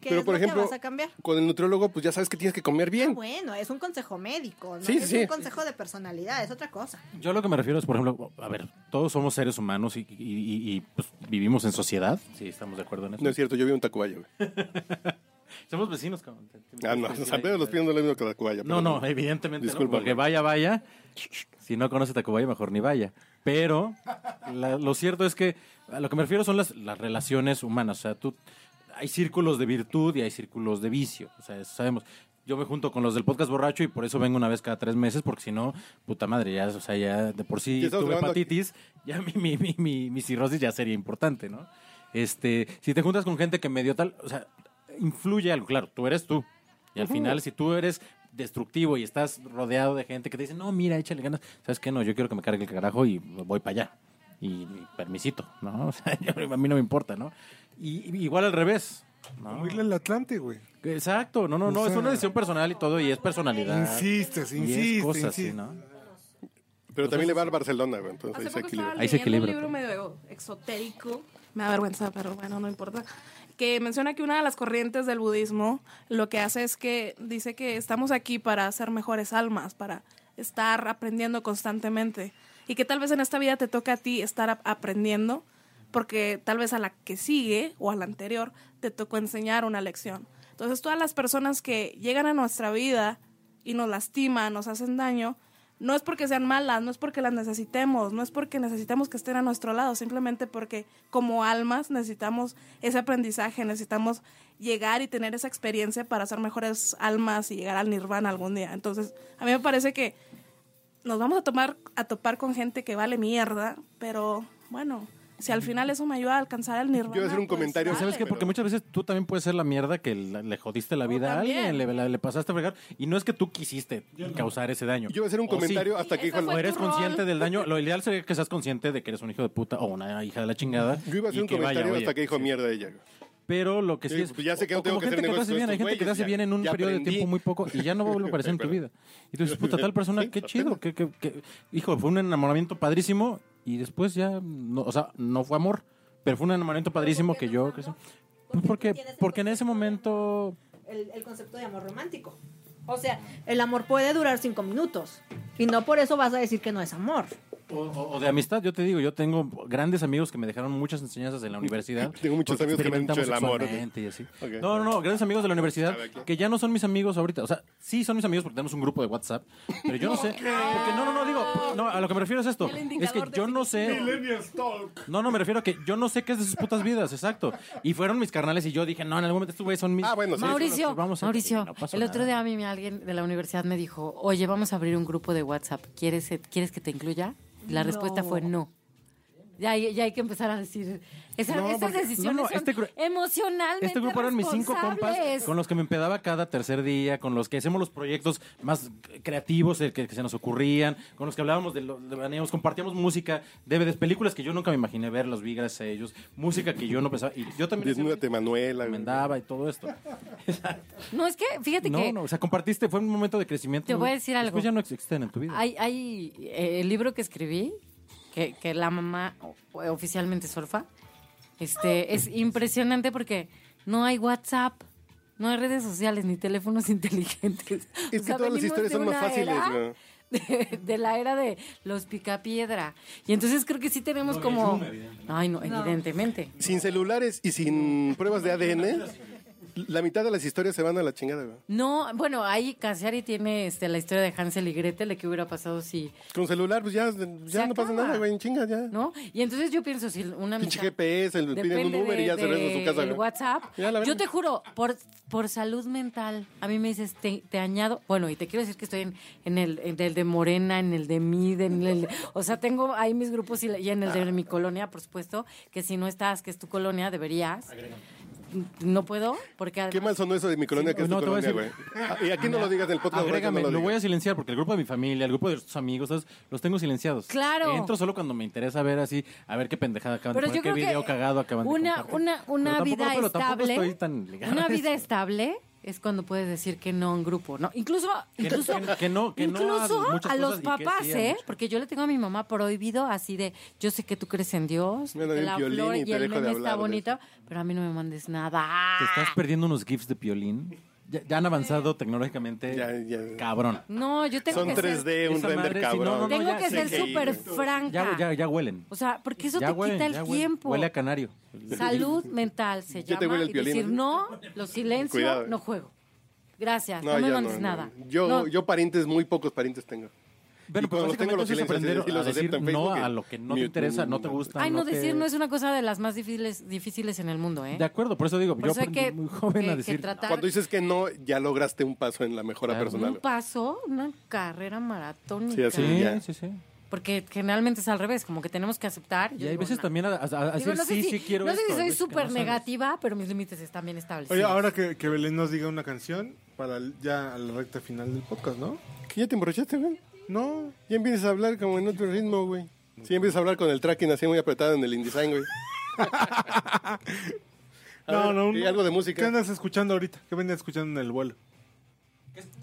que Pero, es por lo ejemplo, que vas a cambiar. Con el nutriólogo, pues ya sabes que tienes que comer bien. Bueno, es un consejo médico, ¿no? Sí, es sí. un consejo de personalidad, es otra cosa. Yo a lo que me refiero es, por ejemplo, a ver, todos somos seres humanos y, y- y- y, pues, vivimos en sociedad. Sí, estamos de acuerdo en eso. No es cierto, yo vi un tacubayo. güey. Somos vecinos, cabrón. Ah, no, San Pedro de los Pinos no es lo mismo que Tacubaya. No, no, evidentemente no, Disculpa. porque vaya, vaya. Si no conoce Tacubaya, mejor ni vaya. Pero la- lo cierto es que a lo que me refiero son las, las relaciones humanas. O sea, tú, hay círculos de virtud y hay círculos de vicio. O sea, eso sabemos. Yo me junto con los del podcast borracho y por eso vengo una vez cada tres meses, porque si no, puta madre, ya, o sea, ya de por sí Ya estamos tuve grabando aquí. hepatitis, ya mi, mi, mi, mi, mi cirrosis ya sería importante, ¿no? Este, si te juntas con gente que medio tal, o sea, influye algo, claro, tú eres tú. Y al Ujú. final, si tú eres destructivo y estás rodeado de gente que te dice, no, mira, échale ganas, ¿sabes qué? No, yo quiero que me cargue el carajo y voy para allá. Y, y permisito, ¿no? O sea, yo- a mí no me importa, ¿no? Y, y igual al revés. ¿no? Como irle al Atlante, güey. Exacto, no, no, O no, es sea- una decisión personal y todo, y es personalidad. Insistes, Y es insistes, cosas así, insistes. ¿no? Pero también le va al Barcelona, güey. Entonces Hace ahí se poco estaba equilibra. leyendo un libro medio exotérico, me da vergüenza, pero bueno, no importa, que menciona que una de las corrientes del budismo lo que hace es que dice que estamos aquí para ser mejores almas, para estar aprendiendo constantemente y que tal vez en esta vida te toca a ti estar ap- aprendiendo porque tal vez a la que sigue o a la anterior te tocó enseñar una lección. Entonces todas las personas que llegan a nuestra vida y nos lastiman, nos hacen daño, no es porque sean malas, no es porque las necesitemos, no es porque necesitamos que estén a nuestro lado, simplemente porque como almas necesitamos ese aprendizaje, necesitamos llegar y tener esa experiencia para ser mejores almas y llegar al nirvana algún día. Entonces, a mí me parece que nos vamos a tomar a topar con gente que vale mierda, pero bueno, si al final eso me ayuda a alcanzar el nirvana. pues, comentario. ¿Sabes qué? dale. Porque muchas veces tú también puedes ser la mierda que la- le jodiste la vida a también. alguien, le, la- le pasaste a fregar. Y no es que tú quisiste causar ese daño. Yo voy a hacer un O sí, comentario hasta que dijo el- o eres consciente del daño. Lo ideal sería que seas consciente de que eres un hijo de puta o una hija de la chingada. Yo iba a hacer y un que vaya, comentario oye, hasta que dijo mierda ella. güey. Pero lo que sí Sí, es. pues ya sé que o no tengo como que gente hacer que te hace negocios bien, hay con gente que te estos hace bien güeyes, en un ya- ya periodo de aprendí. tiempo muy poco y ya no vuelve a aparecer en tu vida. Y tú dices, puta, tal persona, qué chido, qué, qué- qué- Hijo, fue un enamoramiento padrísimo y después ya. No, o sea, no fue amor, pero fue un enamoramiento padrísimo que yo. que sé. Pues porque, porque en ese momento. el, el concepto de amor romántico. O sea, el amor puede durar cinco minutos. Y no por eso vas a decir que no es amor. O, o de amistad, yo te digo, yo tengo grandes amigos que me dejaron muchas enseñanzas en la universidad. Tengo muchos porque amigos que me han dicho el experimentamos amor. sexualmente Y así. Ok. No, no, no, grandes amigos de la universidad A ver, ¿qué? que ya no son mis amigos ahorita. O sea, sí son mis amigos porque tenemos un grupo de WhatsApp, pero yo no sé. Porque no, no, no, digo, no, a lo que me refiero es esto. Es que yo no sé. No, no, me refiero a que yo no sé qué es de sus putas vidas, exacto. Y fueron mis carnales y yo dije, no, en algún momento estos güeyes son mis. Ah, bueno, Mauricio, vamos a- Mauricio, no pasa el otro nada. día a mí me- alguien de la universidad me dijo, oye, vamos a abrir un grupo de WhatsApp, ¿quieres, eh, ¿quieres que te incluya? La respuesta No. fue no. Ya, hay- ya hay que empezar a decir, esa, No, esas porque- decisiones no, no, son este gru- emocionalmente Este grupo eran mis cinco compas responsables. con los que me empedaba cada tercer día, con los que hacemos los proyectos más creativos eh, que, que se nos ocurrían, con los que hablábamos de los de baneos, compartíamos música, DVDs, películas que yo nunca me imaginé ver, las vi gracias a ellos, música que yo no pensaba. Y yo también. Desnúdate, Manuela. Recomendaba y todo esto. No, es que, fíjate No, que no, o sea, compartiste, fue un momento de crecimiento. Te voy a decir algo. Después ya no existen en tu vida. Hay, hay eh, el libro que escribí, que, que la mamá o- oficialmente es orfa, este, es impresionante porque no hay WhatsApp, no hay redes sociales ni teléfonos inteligentes. Es que todas las historias son más fáciles, güey. De, de la era de los picapiedra. Y entonces creo que sí tenemos No, y el como... Zoom, Ay, no, evidentemente. Sin celulares y sin pruebas de ADN, la mitad de las historias se van a la chingada, güey. No, bueno, ahí Casiari tiene este, la historia de Hansel y Gretel, de qué hubiera pasado si... Con celular, pues ya, ya no pasa nada, güey. chinga ya. ¿No? Y entonces yo pienso, si una Pinche amistad... GPS, el- piden un Depende Uber y de- ya se regresa a su casa, del güey. WhatsApp. Ya la Yo verga. te juro, por, por salud mental, a mí me dices, te, te añado. Bueno, y te quiero decir que estoy en, en el, en el de Morena, en el de MID, en el. O sea, tengo ahí mis grupos y, la- y en el de mi colonia, por supuesto, que si no estás, que es tu colonia, deberías. No puedo, porque. Qué mal sonó eso de mi colonia, que es tu No, te voy a colonia, güey. decir- Ah, Y aquí no lo digas en el podcast. borracho, Agrégame, no lo, lo digas. voy a silenciar porque el grupo de mi familia, el grupo de tus amigos, ¿sabes? los tengo silenciados. Claro. Entro solo cuando me interesa ver así, a ver qué pendejada acaban Pero de poner, yo creo qué video que cagado acaban de Una, compartir. una, una Pero tampoco- vida pero tampoco estable. estoy tan ligado una a eso. vida estable es cuando puedes decir que no a un grupo, ¿no? Incluso, Que- incluso, que- que no- que no a incluso muchas a los cosas y que papás, sí a ¿eh? muchas. Porque yo le tengo a mi mamá prohibido así de, yo sé que tú crees en Dios, Bueno, que bien la violín flor y y, te el dejo de meme está hablar de bonito, pero a mí no me mandes nada. Te estás perdiendo unos gifs de piolín Ya, ya han avanzado tecnológicamente. Cabrón. No, yo tengo Son que ser- 3D, un Esa render madre, cabrón. no, no, Tengo ya que sé ser súper Sí. franca. Ya, ya, ya huelen. O sea, porque eso Ya te huelen, quita el ya huelen. tiempo. Huele a canario. Salud mental se Ya te llama. huele el y violín. decir, no, lo silencio, Cuidado. no juego. Gracias, no, No, me ya mandes no, no. nada. Yo, No. yo parientes, muy pocos parientes tengo. Bueno, pues cuando básicamente eso es silencios, aprender así a decir acepto en no Facebook, a lo que no te mute, interesa, mute, no te mute. gusta. Ay, no, te- decir no es una cosa de las más difíciles, difíciles en el mundo, ¿eh? De acuerdo, por eso digo, Por yo eso hay aprendí que- muy joven que- a que decir. tratar- Cuando dices que no, ya lograste un paso en la mejora Un personal. paso, una carrera maratónica. Sí, así, Sí, ya. sí, sí. Porque generalmente es al revés, como que tenemos que aceptar. Y hay veces también a, a- a decir sí, sí quiero No sé si esto, soy ¿ves? Que no súper sabes. negativa, pero mis límites están bien establecidos. Oye, ahora que, que Belén nos diga una canción para el- ya a la recta final del podcast, ¿no? ¿Que ya te emborrachaste, güey? No. Ya empiezas a hablar como en otro ritmo, güey. Sí, empiezas a hablar con el tracking así muy apretado en el InDesign, güey. A No, ver, no. y algo de música. ¿Qué andas escuchando ahorita? ¿Qué venías escuchando en el vuelo?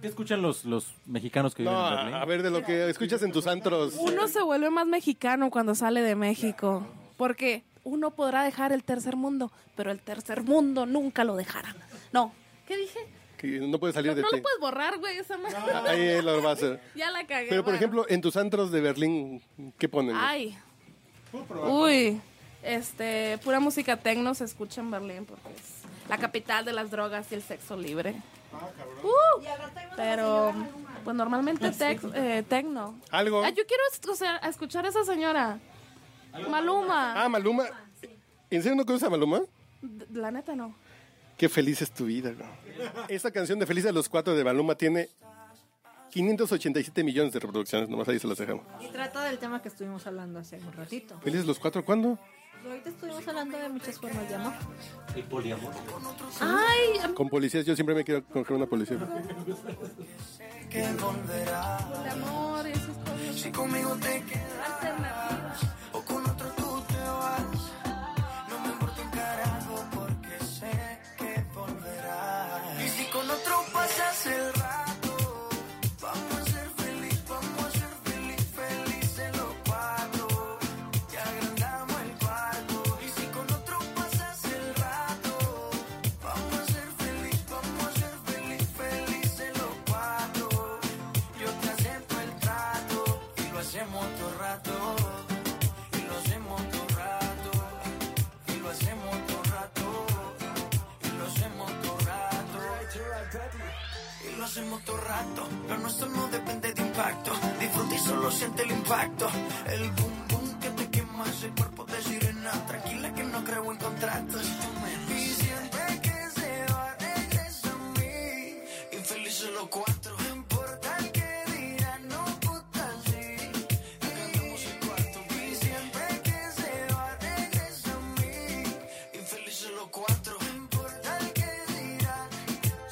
¿Qué escuchan los, los mexicanos que No, viven en Berlín? a a ver, de lo que escuchas en tus antros. Uno se vuelve más mexicano cuando sale de México, porque uno podrá dejar el tercer mundo, pero el tercer mundo nunca lo dejará. No, ¿Qué dije? Que no puedes salir No, de no ti. Ah, lo puedes borrar, güey, esa madre. Ahí él lo va a hacer. Ya la cagué. Pero, por bueno. ejemplo, en tus antros de Berlín, ¿qué ponen? güey? Ay. Uy. Este, pura música tecno se escucha en Berlín porque es la capital de las drogas y el sexo libre. Uh, pero, pues normalmente tex, eh, tecno. Algo. Ah, yo quiero es- o sea, a escuchar a esa señora. Maluma. Ah, Maluma. ¿En serio no conoces a Maluma? D- pues, La neta no. Qué feliz es tu vida, güey. Esta canción de Feliz a los Cuatro de Maluma tiene 587 millones de reproducciones. Nomás ahí se las dejamos. Y trata del tema que estuvimos hablando hace un ratito. Pues, ¿Felices los Cuatro cuándo? Ahorita estuvimos hablando de muchas formas de amor. El poliamor. Ay, Con policías, yo siempre me quiero coger una policía. De amor, esas cosas. Si conmigo te quedas. Alternativas. O con otro tú te vas. No me importa un carajo porque sé que volverás. Y si con otro pasas el rato, vamos a ser feliz, vamos a ser feliz, felices los cuatro. Te agrandamos el cuarto. Y si con otro pasas el rato, vamos a ser feliz, vamos a ser feliz, felices los cuatro. Yo te acepto el trato y lo hacemos todo el rato. Y lo hacemos todo rato, y lo hacemos todo rato, y lo hacemos todo rato. Y lo hacemos todo rato, lo nuestro no depende de impacto. Disfruta y solo siente el impacto. El boom boom que te quema ese cuerpo de sirena. Tranquila que no creo en contratos. Y siempre que se va, regresa a mí. Infelices los cuatro. No importa el que dirán, no puta sí. Cantamos el cuarto y siempre que se va regresa a mí. Infelices los cuatro. No importa el que dirá,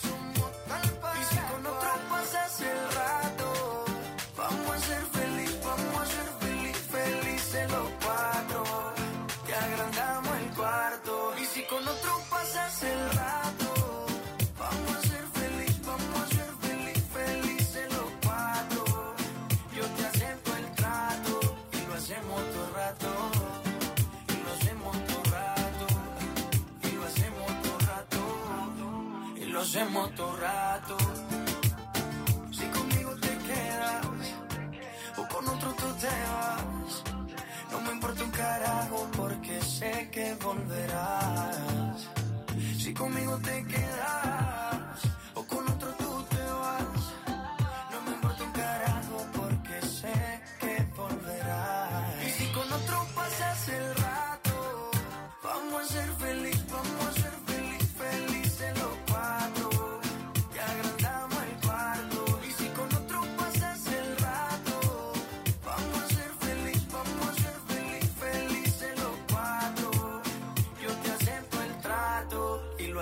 somos tal para. Y si con otro pasas el rato, vamos a ser feliz, vamos a ser feliz, felices los cuatro. Te agrandamos el cuarto. Y si con otro pasas el rato, vamos a ser feliz, vamos a ser feliz, felices los cuatro. Yo te acepto el trato y lo hacemos todo el rato. Y lo hacemos todo el rato. Y lo hacemos todo el rato. Y lo hacemos todo el rato. Si conmigo te quedas o con otro tú te vas, no me importa un carajo porque sé que volverás. Si conmigo te quedas o con otro tú te vas, no me importa un carajo porque sé que volverás. Y si con otro pasas el rato, vamos a ser feliz, vamos a ser feliz, felices los cuatro. Te agrandamos el cuarto. Y si con otro pasas el rato, vamos a ser feliz, vamos a ser feliz, felices los cuatro. Yo te acepto el trato y lo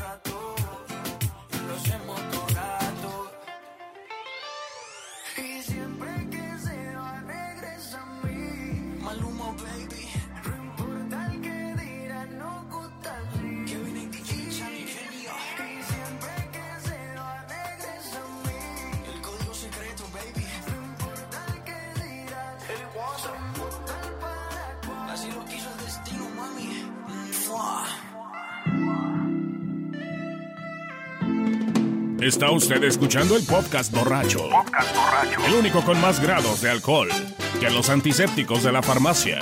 rato. Y lo hacemos todo el rato. Y siempre que se va regresa a mí. Maluma, baby. No importa el que dirá, no gusta así. Kevin y DJ Ingenio. Y siempre que se va regresa a mí. El código secreto, baby. No importa el que dirá, el WhatsApp. Así lo quiso el destino, mami. Está usted escuchando el podcast borracho. El único con más grados de alcohol que los antisépticos de la farmacia.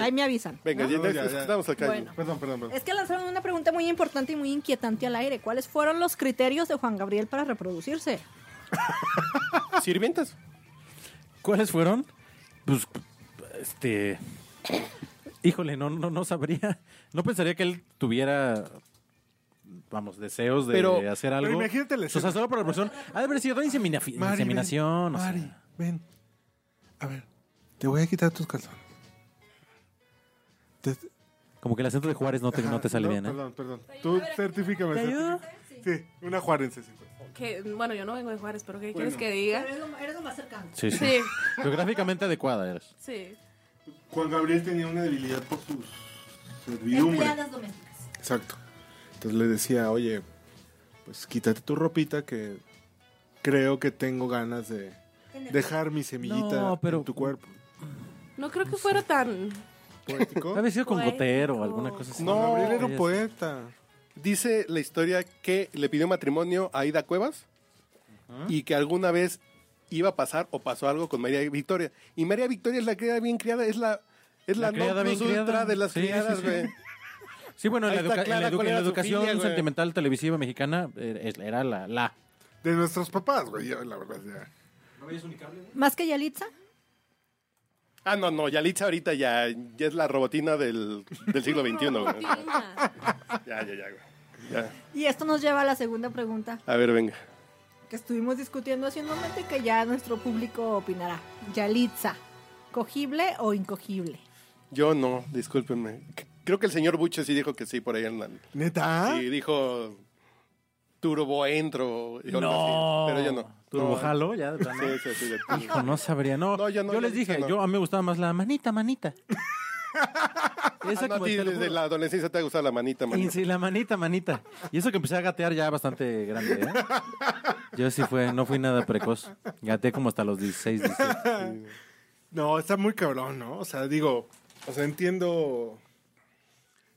Ahí me avisan. Venga, ¿no? ya, ya, ya, estamos acá. Bueno. Perdón, perdón, perdón. Es que lanzaron una pregunta muy importante y muy inquietante al aire. ¿Cuáles fueron los criterios de Juan Gabriel para reproducirse? ¿Sirvientas? ¿Cuáles fueron? Pues, este... Híjole, no, no, no sabría. No pensaría que él tuviera, vamos, deseos de Pero- hacer pero algo. imagínate la O sea, escena. solo por la persona. Ha de haber sido insemina- Mari, ven. inseminación. o sea. Mari, ven. A ver, te voy a quitar tus calzones. Como que el acento de Juárez no te, no te sale No, bien, ¿eh? Perdón, perdón. Tú certifícame. ¿Te ayudo? certifícame. Sí, una Juárez. sí, sí. Que, bueno, yo no vengo de Juárez, pero ¿qué Bueno. quieres que diga? Eres lo, más cercano. Sí, sí. Sí. Geográficamente adecuada eres. Sí. Juan Gabriel tenía una debilidad por sus servidumbre. domésticas. Exacto. Entonces le decía, oye, pues quítate tu ropita que creo que tengo ganas de dejar mi semillita No, pero- en tu cuerpo. No creo que fuera tan. ¿Poético? Ha de sido con gotero o alguna cosa así. No, Gabriel era un poeta. Dice la historia que le pidió matrimonio a Ida Cuevas y que alguna vez iba a pasar o pasó algo con María Victoria. Y María Victoria es la criada bien criada, es la, es la, La criada non bien plus ultra criada. de las Sí, sí, criadas, sí. güey. Sí, bueno, en Ahí la, está educa- en clara la edu- cuál en la era su educación filia, güey. sentimental televisiva mexicana eh, era la... la. De nuestros papás, güey, ya, la verdad, ya. ¿Más que Yalitza? Ah, no, no, Yalitza ahorita ya, ya es la robotina del, del siglo XXI, güey. Ya, ya, ya, güey. Ya. Y esto nos lleva a la segunda pregunta A ver, venga. que estuvimos discutiendo hace un momento y que ya nuestro público opinará. Yalitza, ¿cogible o incogible? Yo no, discúlpenme. C- Creo que el señor Buche sí dijo que sí por ahí en la... ¿Neta? Ah. Sí, dijo turbo entro. y algo No. así, Pero yo no. Turbo No. jalo, ya. de plano. Sí, sí, sí, de plano. Hijo, no sabría. No, yo, no, les ya dije, no. yo a mí me gustaba más la manita, manita. Ah, no, como a ti te lo desde juro. la adolescencia te ha gustado la manita, Y manita. sí, la manita, manita. Y eso que empecé a gatear ya bastante grande, ¿eh? Yo sí fue, no fui nada precoz. Gateé como hasta los 16, 17. No, está muy cabrón, ¿no? O sea, digo, o sea, entiendo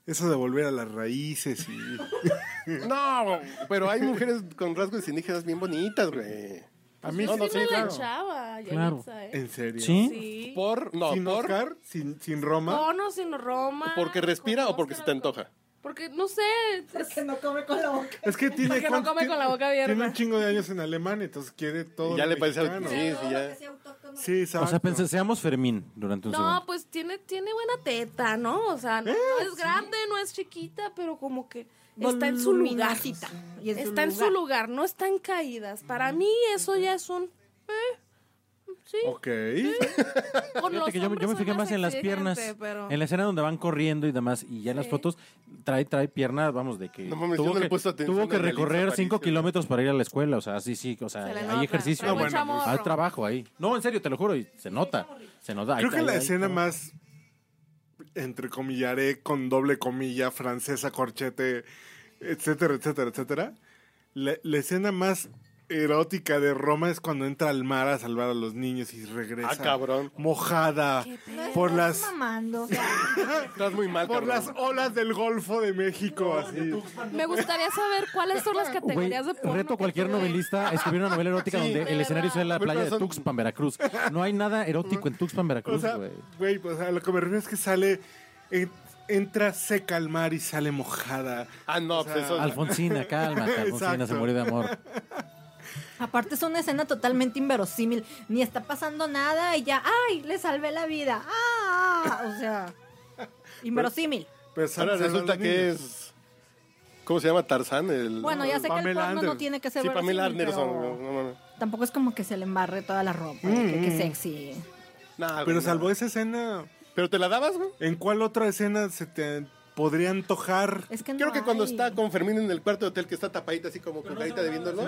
eso de volver a las raíces y... No, pero hay mujeres con rasgos indígenas bien bonitas, güey. A Yo no, no, sí me la claro. echaba, Claro. Yalitza, ¿eh? ¿En serio? ¿Sí? Sí. Por, no, ¿Sin por. Oscar? ¿Sin, sin Roma? Con o sin Roma. ¿Porque respira o porque se te antoja? Porque, no sé. Porque no come con la boca. Es que tiene, Porque no cuánto- come con la boca tiene un abierta. chingo de años en Alemania, entonces quiere todo Y ya lo le parece au- mexicano. sí, sí, ya. Sí, O sea, exacto. pensé, seamos Fermín durante un segundo. No, pues tiene, tiene buena teta, ¿no? O sea, no, Eh, no es grande, no es chiquita, pero como que está en su lugar. Voluminosita, y en su está en su lugar, lugar. no están caídas. Para Mm, mí eso ya es un... eh, sí. Ok. Con los Fíjate que yo, me- yo me hombres fijé soy más en las exigente, piernas. pero- En la escena donde van corriendo y demás, y ya en las fotos trae, trae pierna, vamos, de que No mames, yo tuvo no le que, he puesto atención tuvo que a Yalitza recorrer Aparicio, 5 kilómetros para ir a la escuela. O sea, sí, sí, o sea, Se le hay nota, ejercicio. trae No, mucha bueno, hay morro. trabajo ahí. No, en serio, te lo juro, y se nota. Se nota. Creo Ahí- que ahí- la ahí- escena más, entre comillaré, con doble comilla, francesa, corchete, etcétera, etcétera, etcétera. La, la escena más erótica de Roma es cuando entra al mar a salvar a los niños y regresa. Ah, cabrón. Mojada por las, Mamando. o sea, Estás muy mal, por cabrón. las olas del Golfo de México. así. Me gustaría saber cuáles son las Güey, categorías de porno. reto a cualquier novelista a escribir una novela erótica Sí, donde de el escenario sea la verdad. playa de Pero son- Tuxpan, Veracruz. No hay nada erótico en Tuxpan, O Veracruz, sea, güey. güey, o sea, lo que me refiero es que sale, en- entra seca al mar y sale mojada. Ah, no, O sea, pues eso- Alfonsina, cálmate, Alfonsina se Exacto. murió de amor. Aparte es una escena totalmente inverosímil. Ni está pasando nada y ya, ¡ay! Le salvé la vida. ¡Ah! O sea, inverosímil. Pero Ahora sal- resulta salvan que niños. es. ¿Cómo se llama Tarzán? El- Bueno, ya sé que el Pamela porno no Anderson. tiene que ser Sí, Pamela verosímil, Anderson. pero- no, no, no. Tampoco es como que se le embarre toda la ropa. y que, Mm, que mm. sexy. Nah, Pero güey, salvo esa escena. ¿Pero te la dabas, güey? ¿En cuál otra escena se te podría antojar? Es que Creo que cuando está con Fermín en el cuarto de hotel que está tapadita así como con carita de viéndolo.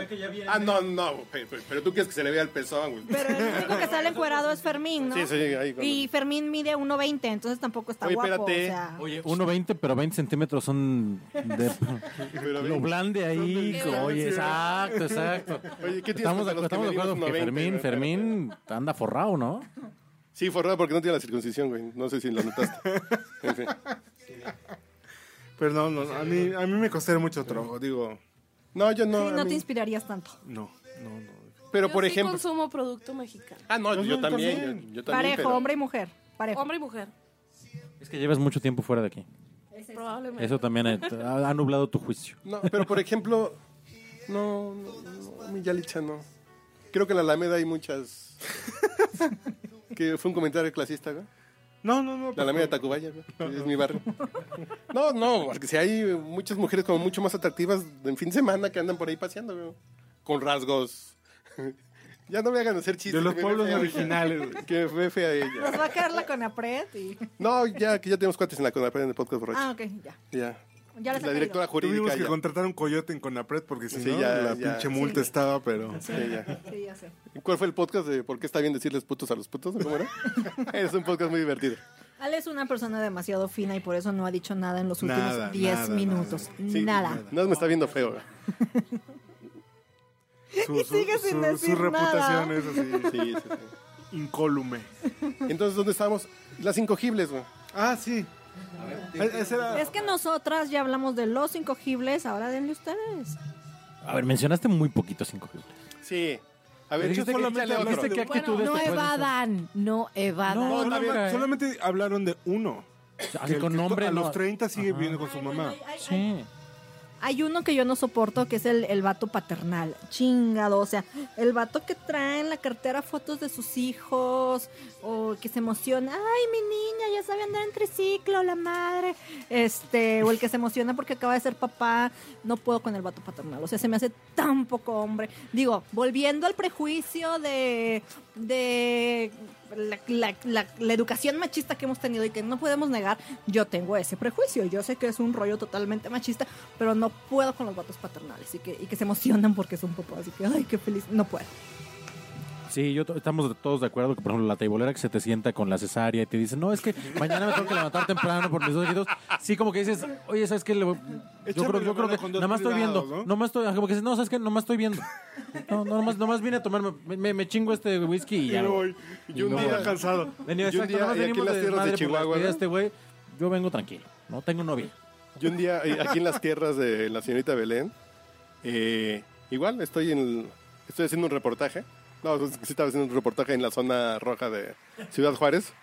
Ah, no, no, pero, pero- pero tú quieres que se le vea el pezón, güey. El único que sale encuerado es Fermín, ¿no? Sí, sí, ahí cuando- Y Fermín mide 1.20, entonces tampoco está Oye, guapo. espérate. O sea, Oye, 1.20, pero 20 centímetros son de... lo blande ahí. Son de- Oye, exacto, exacto. Oye, ¿qué tienes estamos de, contra los estamos de que acuerdo que medimos 90, Fermín, güey? Fermín anda forrado, ¿no? Sí, fue raro porque no tiene la circuncisión, güey. No sé si lo notaste. En fin. Pero no, no, a mí, a mí me costaría mucho trabajo. Digo, No, yo no. Sí, a no mí- te inspirarías tanto. No, no, no. Pero Yo por sí ejemplo. consumo producto mexicano. Ah, no, yo yo también. también. Yo, yo también. Parejo, pero- hombre y mujer. Parejo. Hombre y mujer. Es que llevas mucho tiempo fuera de aquí. Probablemente. Eso también ha, ha- ha nublado tu juicio. No, pero por ejemplo, no, no, no, mi Yalitza no. Creo que en la Alameda hay muchas. que fue un comentario clasista, güey. No, no, pues, no. La Alameda de Tacubaya, güey. Es mi barrio. No, no, porque si hay muchas mujeres como mucho más atractivas en fin de semana que andan por ahí paseando, güey. Con rasgos. ya no me hagan hacer chistes. De los que me pueblos ve fea, originales, güey. Que me ve fea ella. Nos Pues va a caer la Conapred y... No, ya que ya tenemos cuates en la Conapred en el podcast borracho. Ah, ok, ya. Ya. Ya les ha la directora caído. jurídica. Tuvimos que ya. contratar un coyote en Conapred porque si Sí, no, ya, la ya. pinche multa Sí. estaba, pero... Sí, ya. Sí, ya sé. ¿Cuál fue el podcast de por qué está bien decirles putos a los putos? ¿Cómo era? es un podcast muy divertido. Ale es una persona demasiado fina y por eso no ha dicho nada en los Nada, últimos 10 nada, minutos. Sí, Nada. No me está viendo feo. güey. Su, su- sigue sin su- su decir reputación nada. es así. Sí, sí, Incólume. Entonces, ¿dónde estamos? Las incogibles, güey. Ah, sí. E- ese era- Es que nosotras ya hablamos de los incogibles, ahora denle ustedes. A ver, mencionaste muy poquitos incogibles. Sí. A ver, Dijiste que- échale dijiste otro. que actitudes no te pueden- evadan, no evadan. No, solam- solamente hablaron de uno. así Que el Ah, con que nombre, A no. los 30 sigue viviendo con su mamá. Sí. Hay uno que yo no soporto, que es el, el vato paternal. Chingado, o sea, el vato que trae en la cartera fotos de sus hijos o que se emociona. Ay, mi niña, ya sabe andar en triciclo, la madre. Este, o el que se emociona porque acaba de ser papá. No puedo con el vato paternal, o sea, se me hace tan poco hombre. Digo, volviendo al prejuicio de, de la, la- la- la educación machista que hemos tenido y que no podemos negar, yo tengo ese prejuicio. Yo sé que es un rollo totalmente machista, pero no puedo con los vatos paternales y que, y que se emocionan porque son papás. Así que, ay, qué feliz. No puedo. Sí, yo to- estamos todos de acuerdo que, por ejemplo, la teibolera que se te sienta con la cesárea y te dice, no, es que mañana me tengo que levantar temprano por mis dos hijos. Sí, como que dices, oye, ¿sabes qué? Le voy- Yo Échame creo, la yo creo mano que con dos nada más estoy privados, viendo. No más estoy, como que dices, no, ¿sabes qué? No más estoy viendo. No, no, nomás, nomás vine a tomarme, me, me- me chingo este whisky y Y ya. me voy. Y un día- Venía, y un exacto, nada día- más y aquí en venimos de las tierras de madre por la Chihuahua, despedida de ¿no? este güey. Yo vengo tranquilo, no tengo novia. Yo un día, eh, aquí en las tierras de la señorita Belén, eh, igual estoy en el- estoy haciendo un reportaje. No, sí estaba haciendo un reportaje en la zona roja de Ciudad Juárez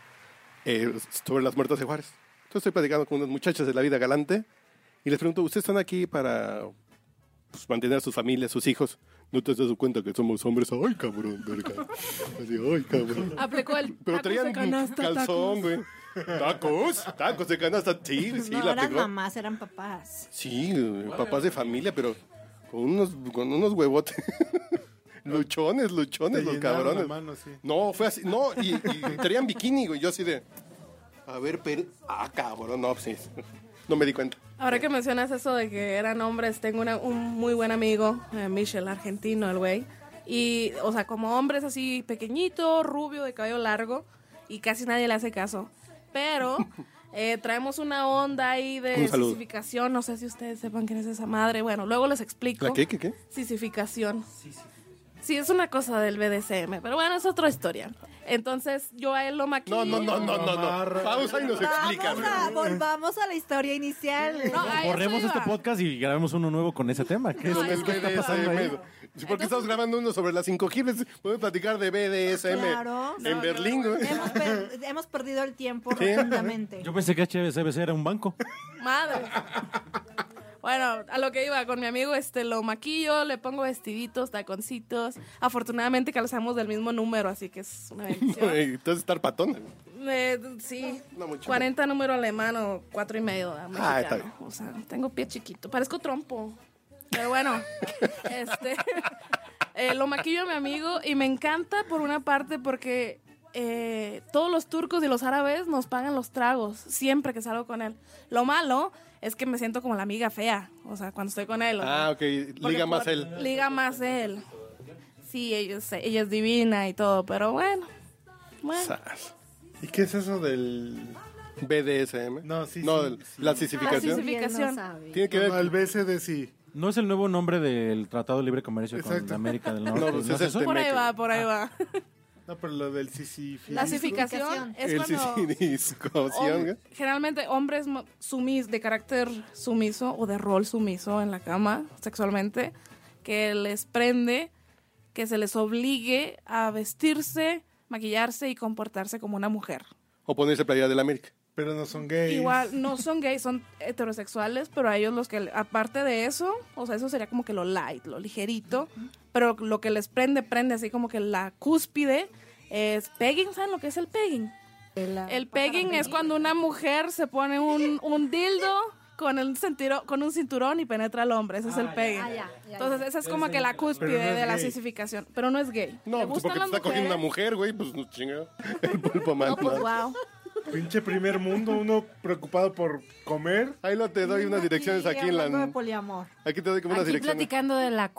eh, sobre las muertas de Juárez. Entonces estoy platicando con unas muchachas de la vida galante y les pregunto, ¿ustedes están aquí para pues, mantener a sus familias, sus hijos? ¿No te has dado cuenta que somos hombres? ¡Ay, cabrón! verga! Así, ¡Ay, cabrón! Aplicó el Pero Ah, tacos de traían canasta, calzón, tacos. güey. ¿Tacos? ¿Tacos de canasta? Sí, sí, no la eran pegó. mamás, eran papás. Sí, eh, papás de familia, pero con unos, con unos huevotes. luchones, luchones, Te los llenaron cabrones. la mano, sí. No, fue así. No, y, y traían bikini, güey. Yo así de. A ver, pero. Ah, cabrón, no, pues sí. No me di cuenta. Ahora que mencionas eso de que eran hombres, tengo una- un muy buen amigo, eh, Michel, argentino, el güey. Y, o sea, como hombre es así pequeñito, rubio, de cabello largo, y casi nadie le hace caso. Pero eh, traemos una onda ahí de Un saludo. sisificación, no sé si ustedes sepan quién es esa madre. Bueno, luego les explico. ¿La qué, qué, qué? Sisificación. Sí, es una cosa del BDSM, pero bueno, es otra historia. Entonces, yo a él lo maquillo. No, no, no, no, no. no. Pausa y nos explica, Vamos a, güey. volvamos a la historia inicial. No, a eso Borremos este iba. podcast y grabemos uno nuevo con ese tema. ¿Qué, Con es- el qué está pasando ahí? BDSM. Sí, Porque estamos grabando uno sobre las incogibles. Podemos platicar de BDSM Claro. en Berlín, güey. Hemos, per- hemos perdido el tiempo Sí. rotundamente. Yo pensé que HBCBC era un banco. Madre. Bueno, a lo que iba con mi amigo, este, lo maquillo, le pongo vestiditos, taconcitos. Afortunadamente calzamos del mismo número, así que es una bendición. Entonces estar patón. Eh, sí, No mucho. 40 número alemán o cuatro y medio ah, mexicano. está bien. O sea, tengo pie chiquito, parezco trompo. Pero bueno, este, eh, lo maquillo a mi amigo y me encanta por una parte porque eh, todos los turcos y los árabes nos pagan los tragos siempre que salgo con él. Lo malo es que me siento como la amiga fea, o sea, cuando estoy con él. o sea, Ah, ok. porque Liga más por- él. Liga más él. Sí, ella es, ella es divina y todo, pero bueno. bueno. Sas. ¿Y qué es eso del BDSM? No, sí, no, del- la Ah, La cisificación. sisificación. Tiene que No, ver no, el BCD sí. ¿No es el nuevo nombre del Tratado de Libre Comercio con Exacto. América del Norte? No, pues es el eso? Por ahí va, por ahí va. No, pero lo del sisifilismo. La sificación es el cuando- sisificación, ¿eh? Hom- Generalmente hombres mo- sumis, de carácter sumiso o de rol sumiso en la cama sexualmente, que les prende, que se les obligue a vestirse, maquillarse y comportarse como una mujer. O ponerse playera del América. Pero no son gays. Igual, no son gays, son heterosexuales, pero a ellos los que, aparte de eso, o sea, eso sería como que lo light, lo ligerito, pero lo que les prende, prende así como que la cúspide es pegging, ¿saben lo que es el pegging? El pegging es cuando una mujer se pone un, un dildo con, el cintiro- con un cinturón y penetra al hombre, ese es el pegging. Ah, ya, ya, ya. Entonces, esa es como Ese que no- la pero no cúspide es de la gay. cisificación, pero no es gay. Le No, pues porque gustan te las está cogiendo una mujeres. mujer, güey, pues no chinga. El pulpo mal. No, pues, wow. Pinche primer mundo, uno preocupado por comer. Ahí lo te doy unas direcciones aquí en hablando de la. poliamor. Aquí te doy como unas Aquí direcciones. platicando de la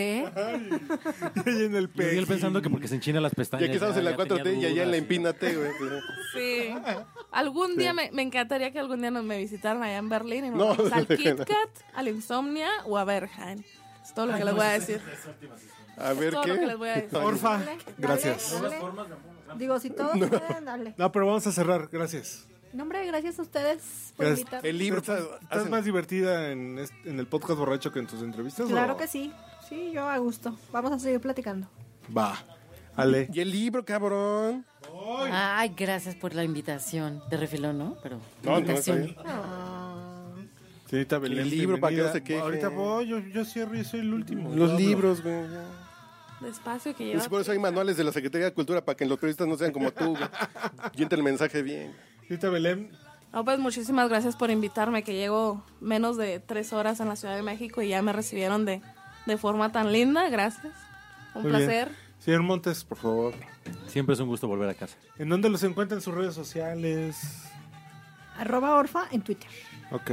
4T. Y en el Yo sigo pensando que porque se enchinan las Y pestañas. aquí estamos en la 4T y allá en la empínate, güey. Sí. Ah. Algún Sí. día me, me encantaría que algún día nos me visitaran allá en Berlín y me No, vamos al no. Kit Kat, al Insomnia o a Berghain. Es todo lo que les voy a decir. A ver todo qué. lo que les voy a decir. Porfa. Dale, Gracias. dale, dale. Digo, si todos No. pueden, dale. No, pero vamos a cerrar. Gracias. No, hombre, gracias a ustedes por Gracias. invitarme. ¿Estás, pues, estás más divertida en, est- en el podcast borracho que en tus entrevistas? Claro o- que sí. Sí, yo a gusto. Vamos a seguir platicando. Va. Ale. Y el libro, cabrón. Ay, gracias por la invitación. De refilón, ¿no? Pero No, no, invitación. está Señorita Belén, El libro para que no bienvenida. se queje. Ahorita voy, yo, yo cierro y soy el último. Los Yo hablo. libros, güey. ya. Despacio que Es lleva. por eso hay manuales de la Secretaría de Cultura para que los periodistas no sean como tú. güey. Y entre el mensaje bien. Señorita Belén, No, pues muchísimas gracias por invitarme, que llego menos de tres horas en la Ciudad de México y ya me recibieron de, de forma tan linda. Gracias. Un Muy bien. placer. señor Montes, por favor. Siempre es un gusto volver a casa. ¿En dónde los encuentran en sus redes sociales? Arroba Orfa en Twitter. Ok.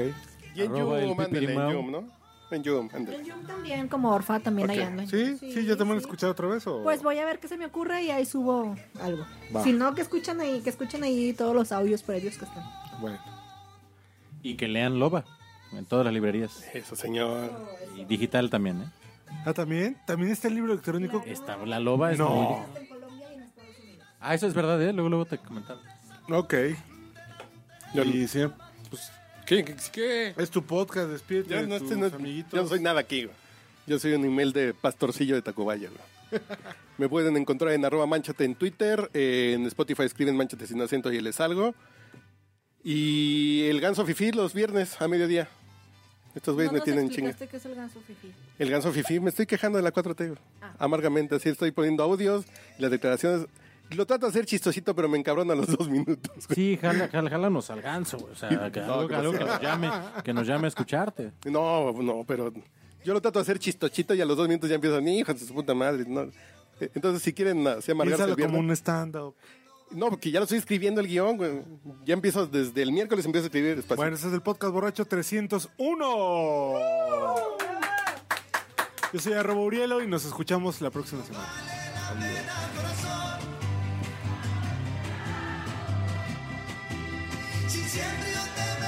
Y en Arroba el Yum, ándale, en pipirimao. Yum, ¿no? En Yum, ándale. También como Orfa, también Ok. allá ando. ¿Sí? ¿Sí? ¿Ya te van a escuchar otra vez? O... Pues voy a ver qué se me ocurre y ahí subo algo. Va. Si no, que escuchen ahí, que escuchen ahí todos los audios previos que están. Bueno. Y que lean Loba en todas las librerías. Eso, señor. Y digital también, ¿eh? Ah, también. También está el libro electrónico. Está la Loba. es No. muy- Ah, eso es verdad, ¿eh? Luego, luego te comentamos. Ok. Y señor, pues. ¿Qué? ¿Qué? qué? Es tu podcast, despídete. Ya de no, tus este no- amiguitos. yo no soy nada aquí, güey. Yo soy un email de Pastorcillo de Tacubaya, güey. Me pueden encontrar en arroba manchate en Twitter, eh, en Spotify escriben manchate sin acento y les salgo. Y el ganso fifí los viernes a mediodía. Estos güeyes No me nos tienen chinga. explicaste qué es el ganso fifí. El ganso fifí, me estoy quejando de la 4T, güey. amargamente. Así estoy poniendo audios y las declaraciones. Lo trato de hacer chistosito, pero me encabrona a los dos minutos. güey. Sí, jala, jala, jálanos al ganso. O sea, que, No, algo, ¿qué algo que, pasó? nos llame, que nos llame a escucharte. No, no, pero yo lo trato de hacer chistochito y a los dos minutos ya empiezan, hijos de su puta madre. no". Eh, Entonces, si quieren así amargarse Piénsalo el como viernes- un stand-up. No, porque ya lo estoy escribiendo el guión, güey. Ya empiezo desde el miércoles, empiezo a escribir despacio. Bueno, ese es el podcast borracho 301. Yo soy Arroba Urielo y nos escuchamos la próxima semana. Si siempre yo te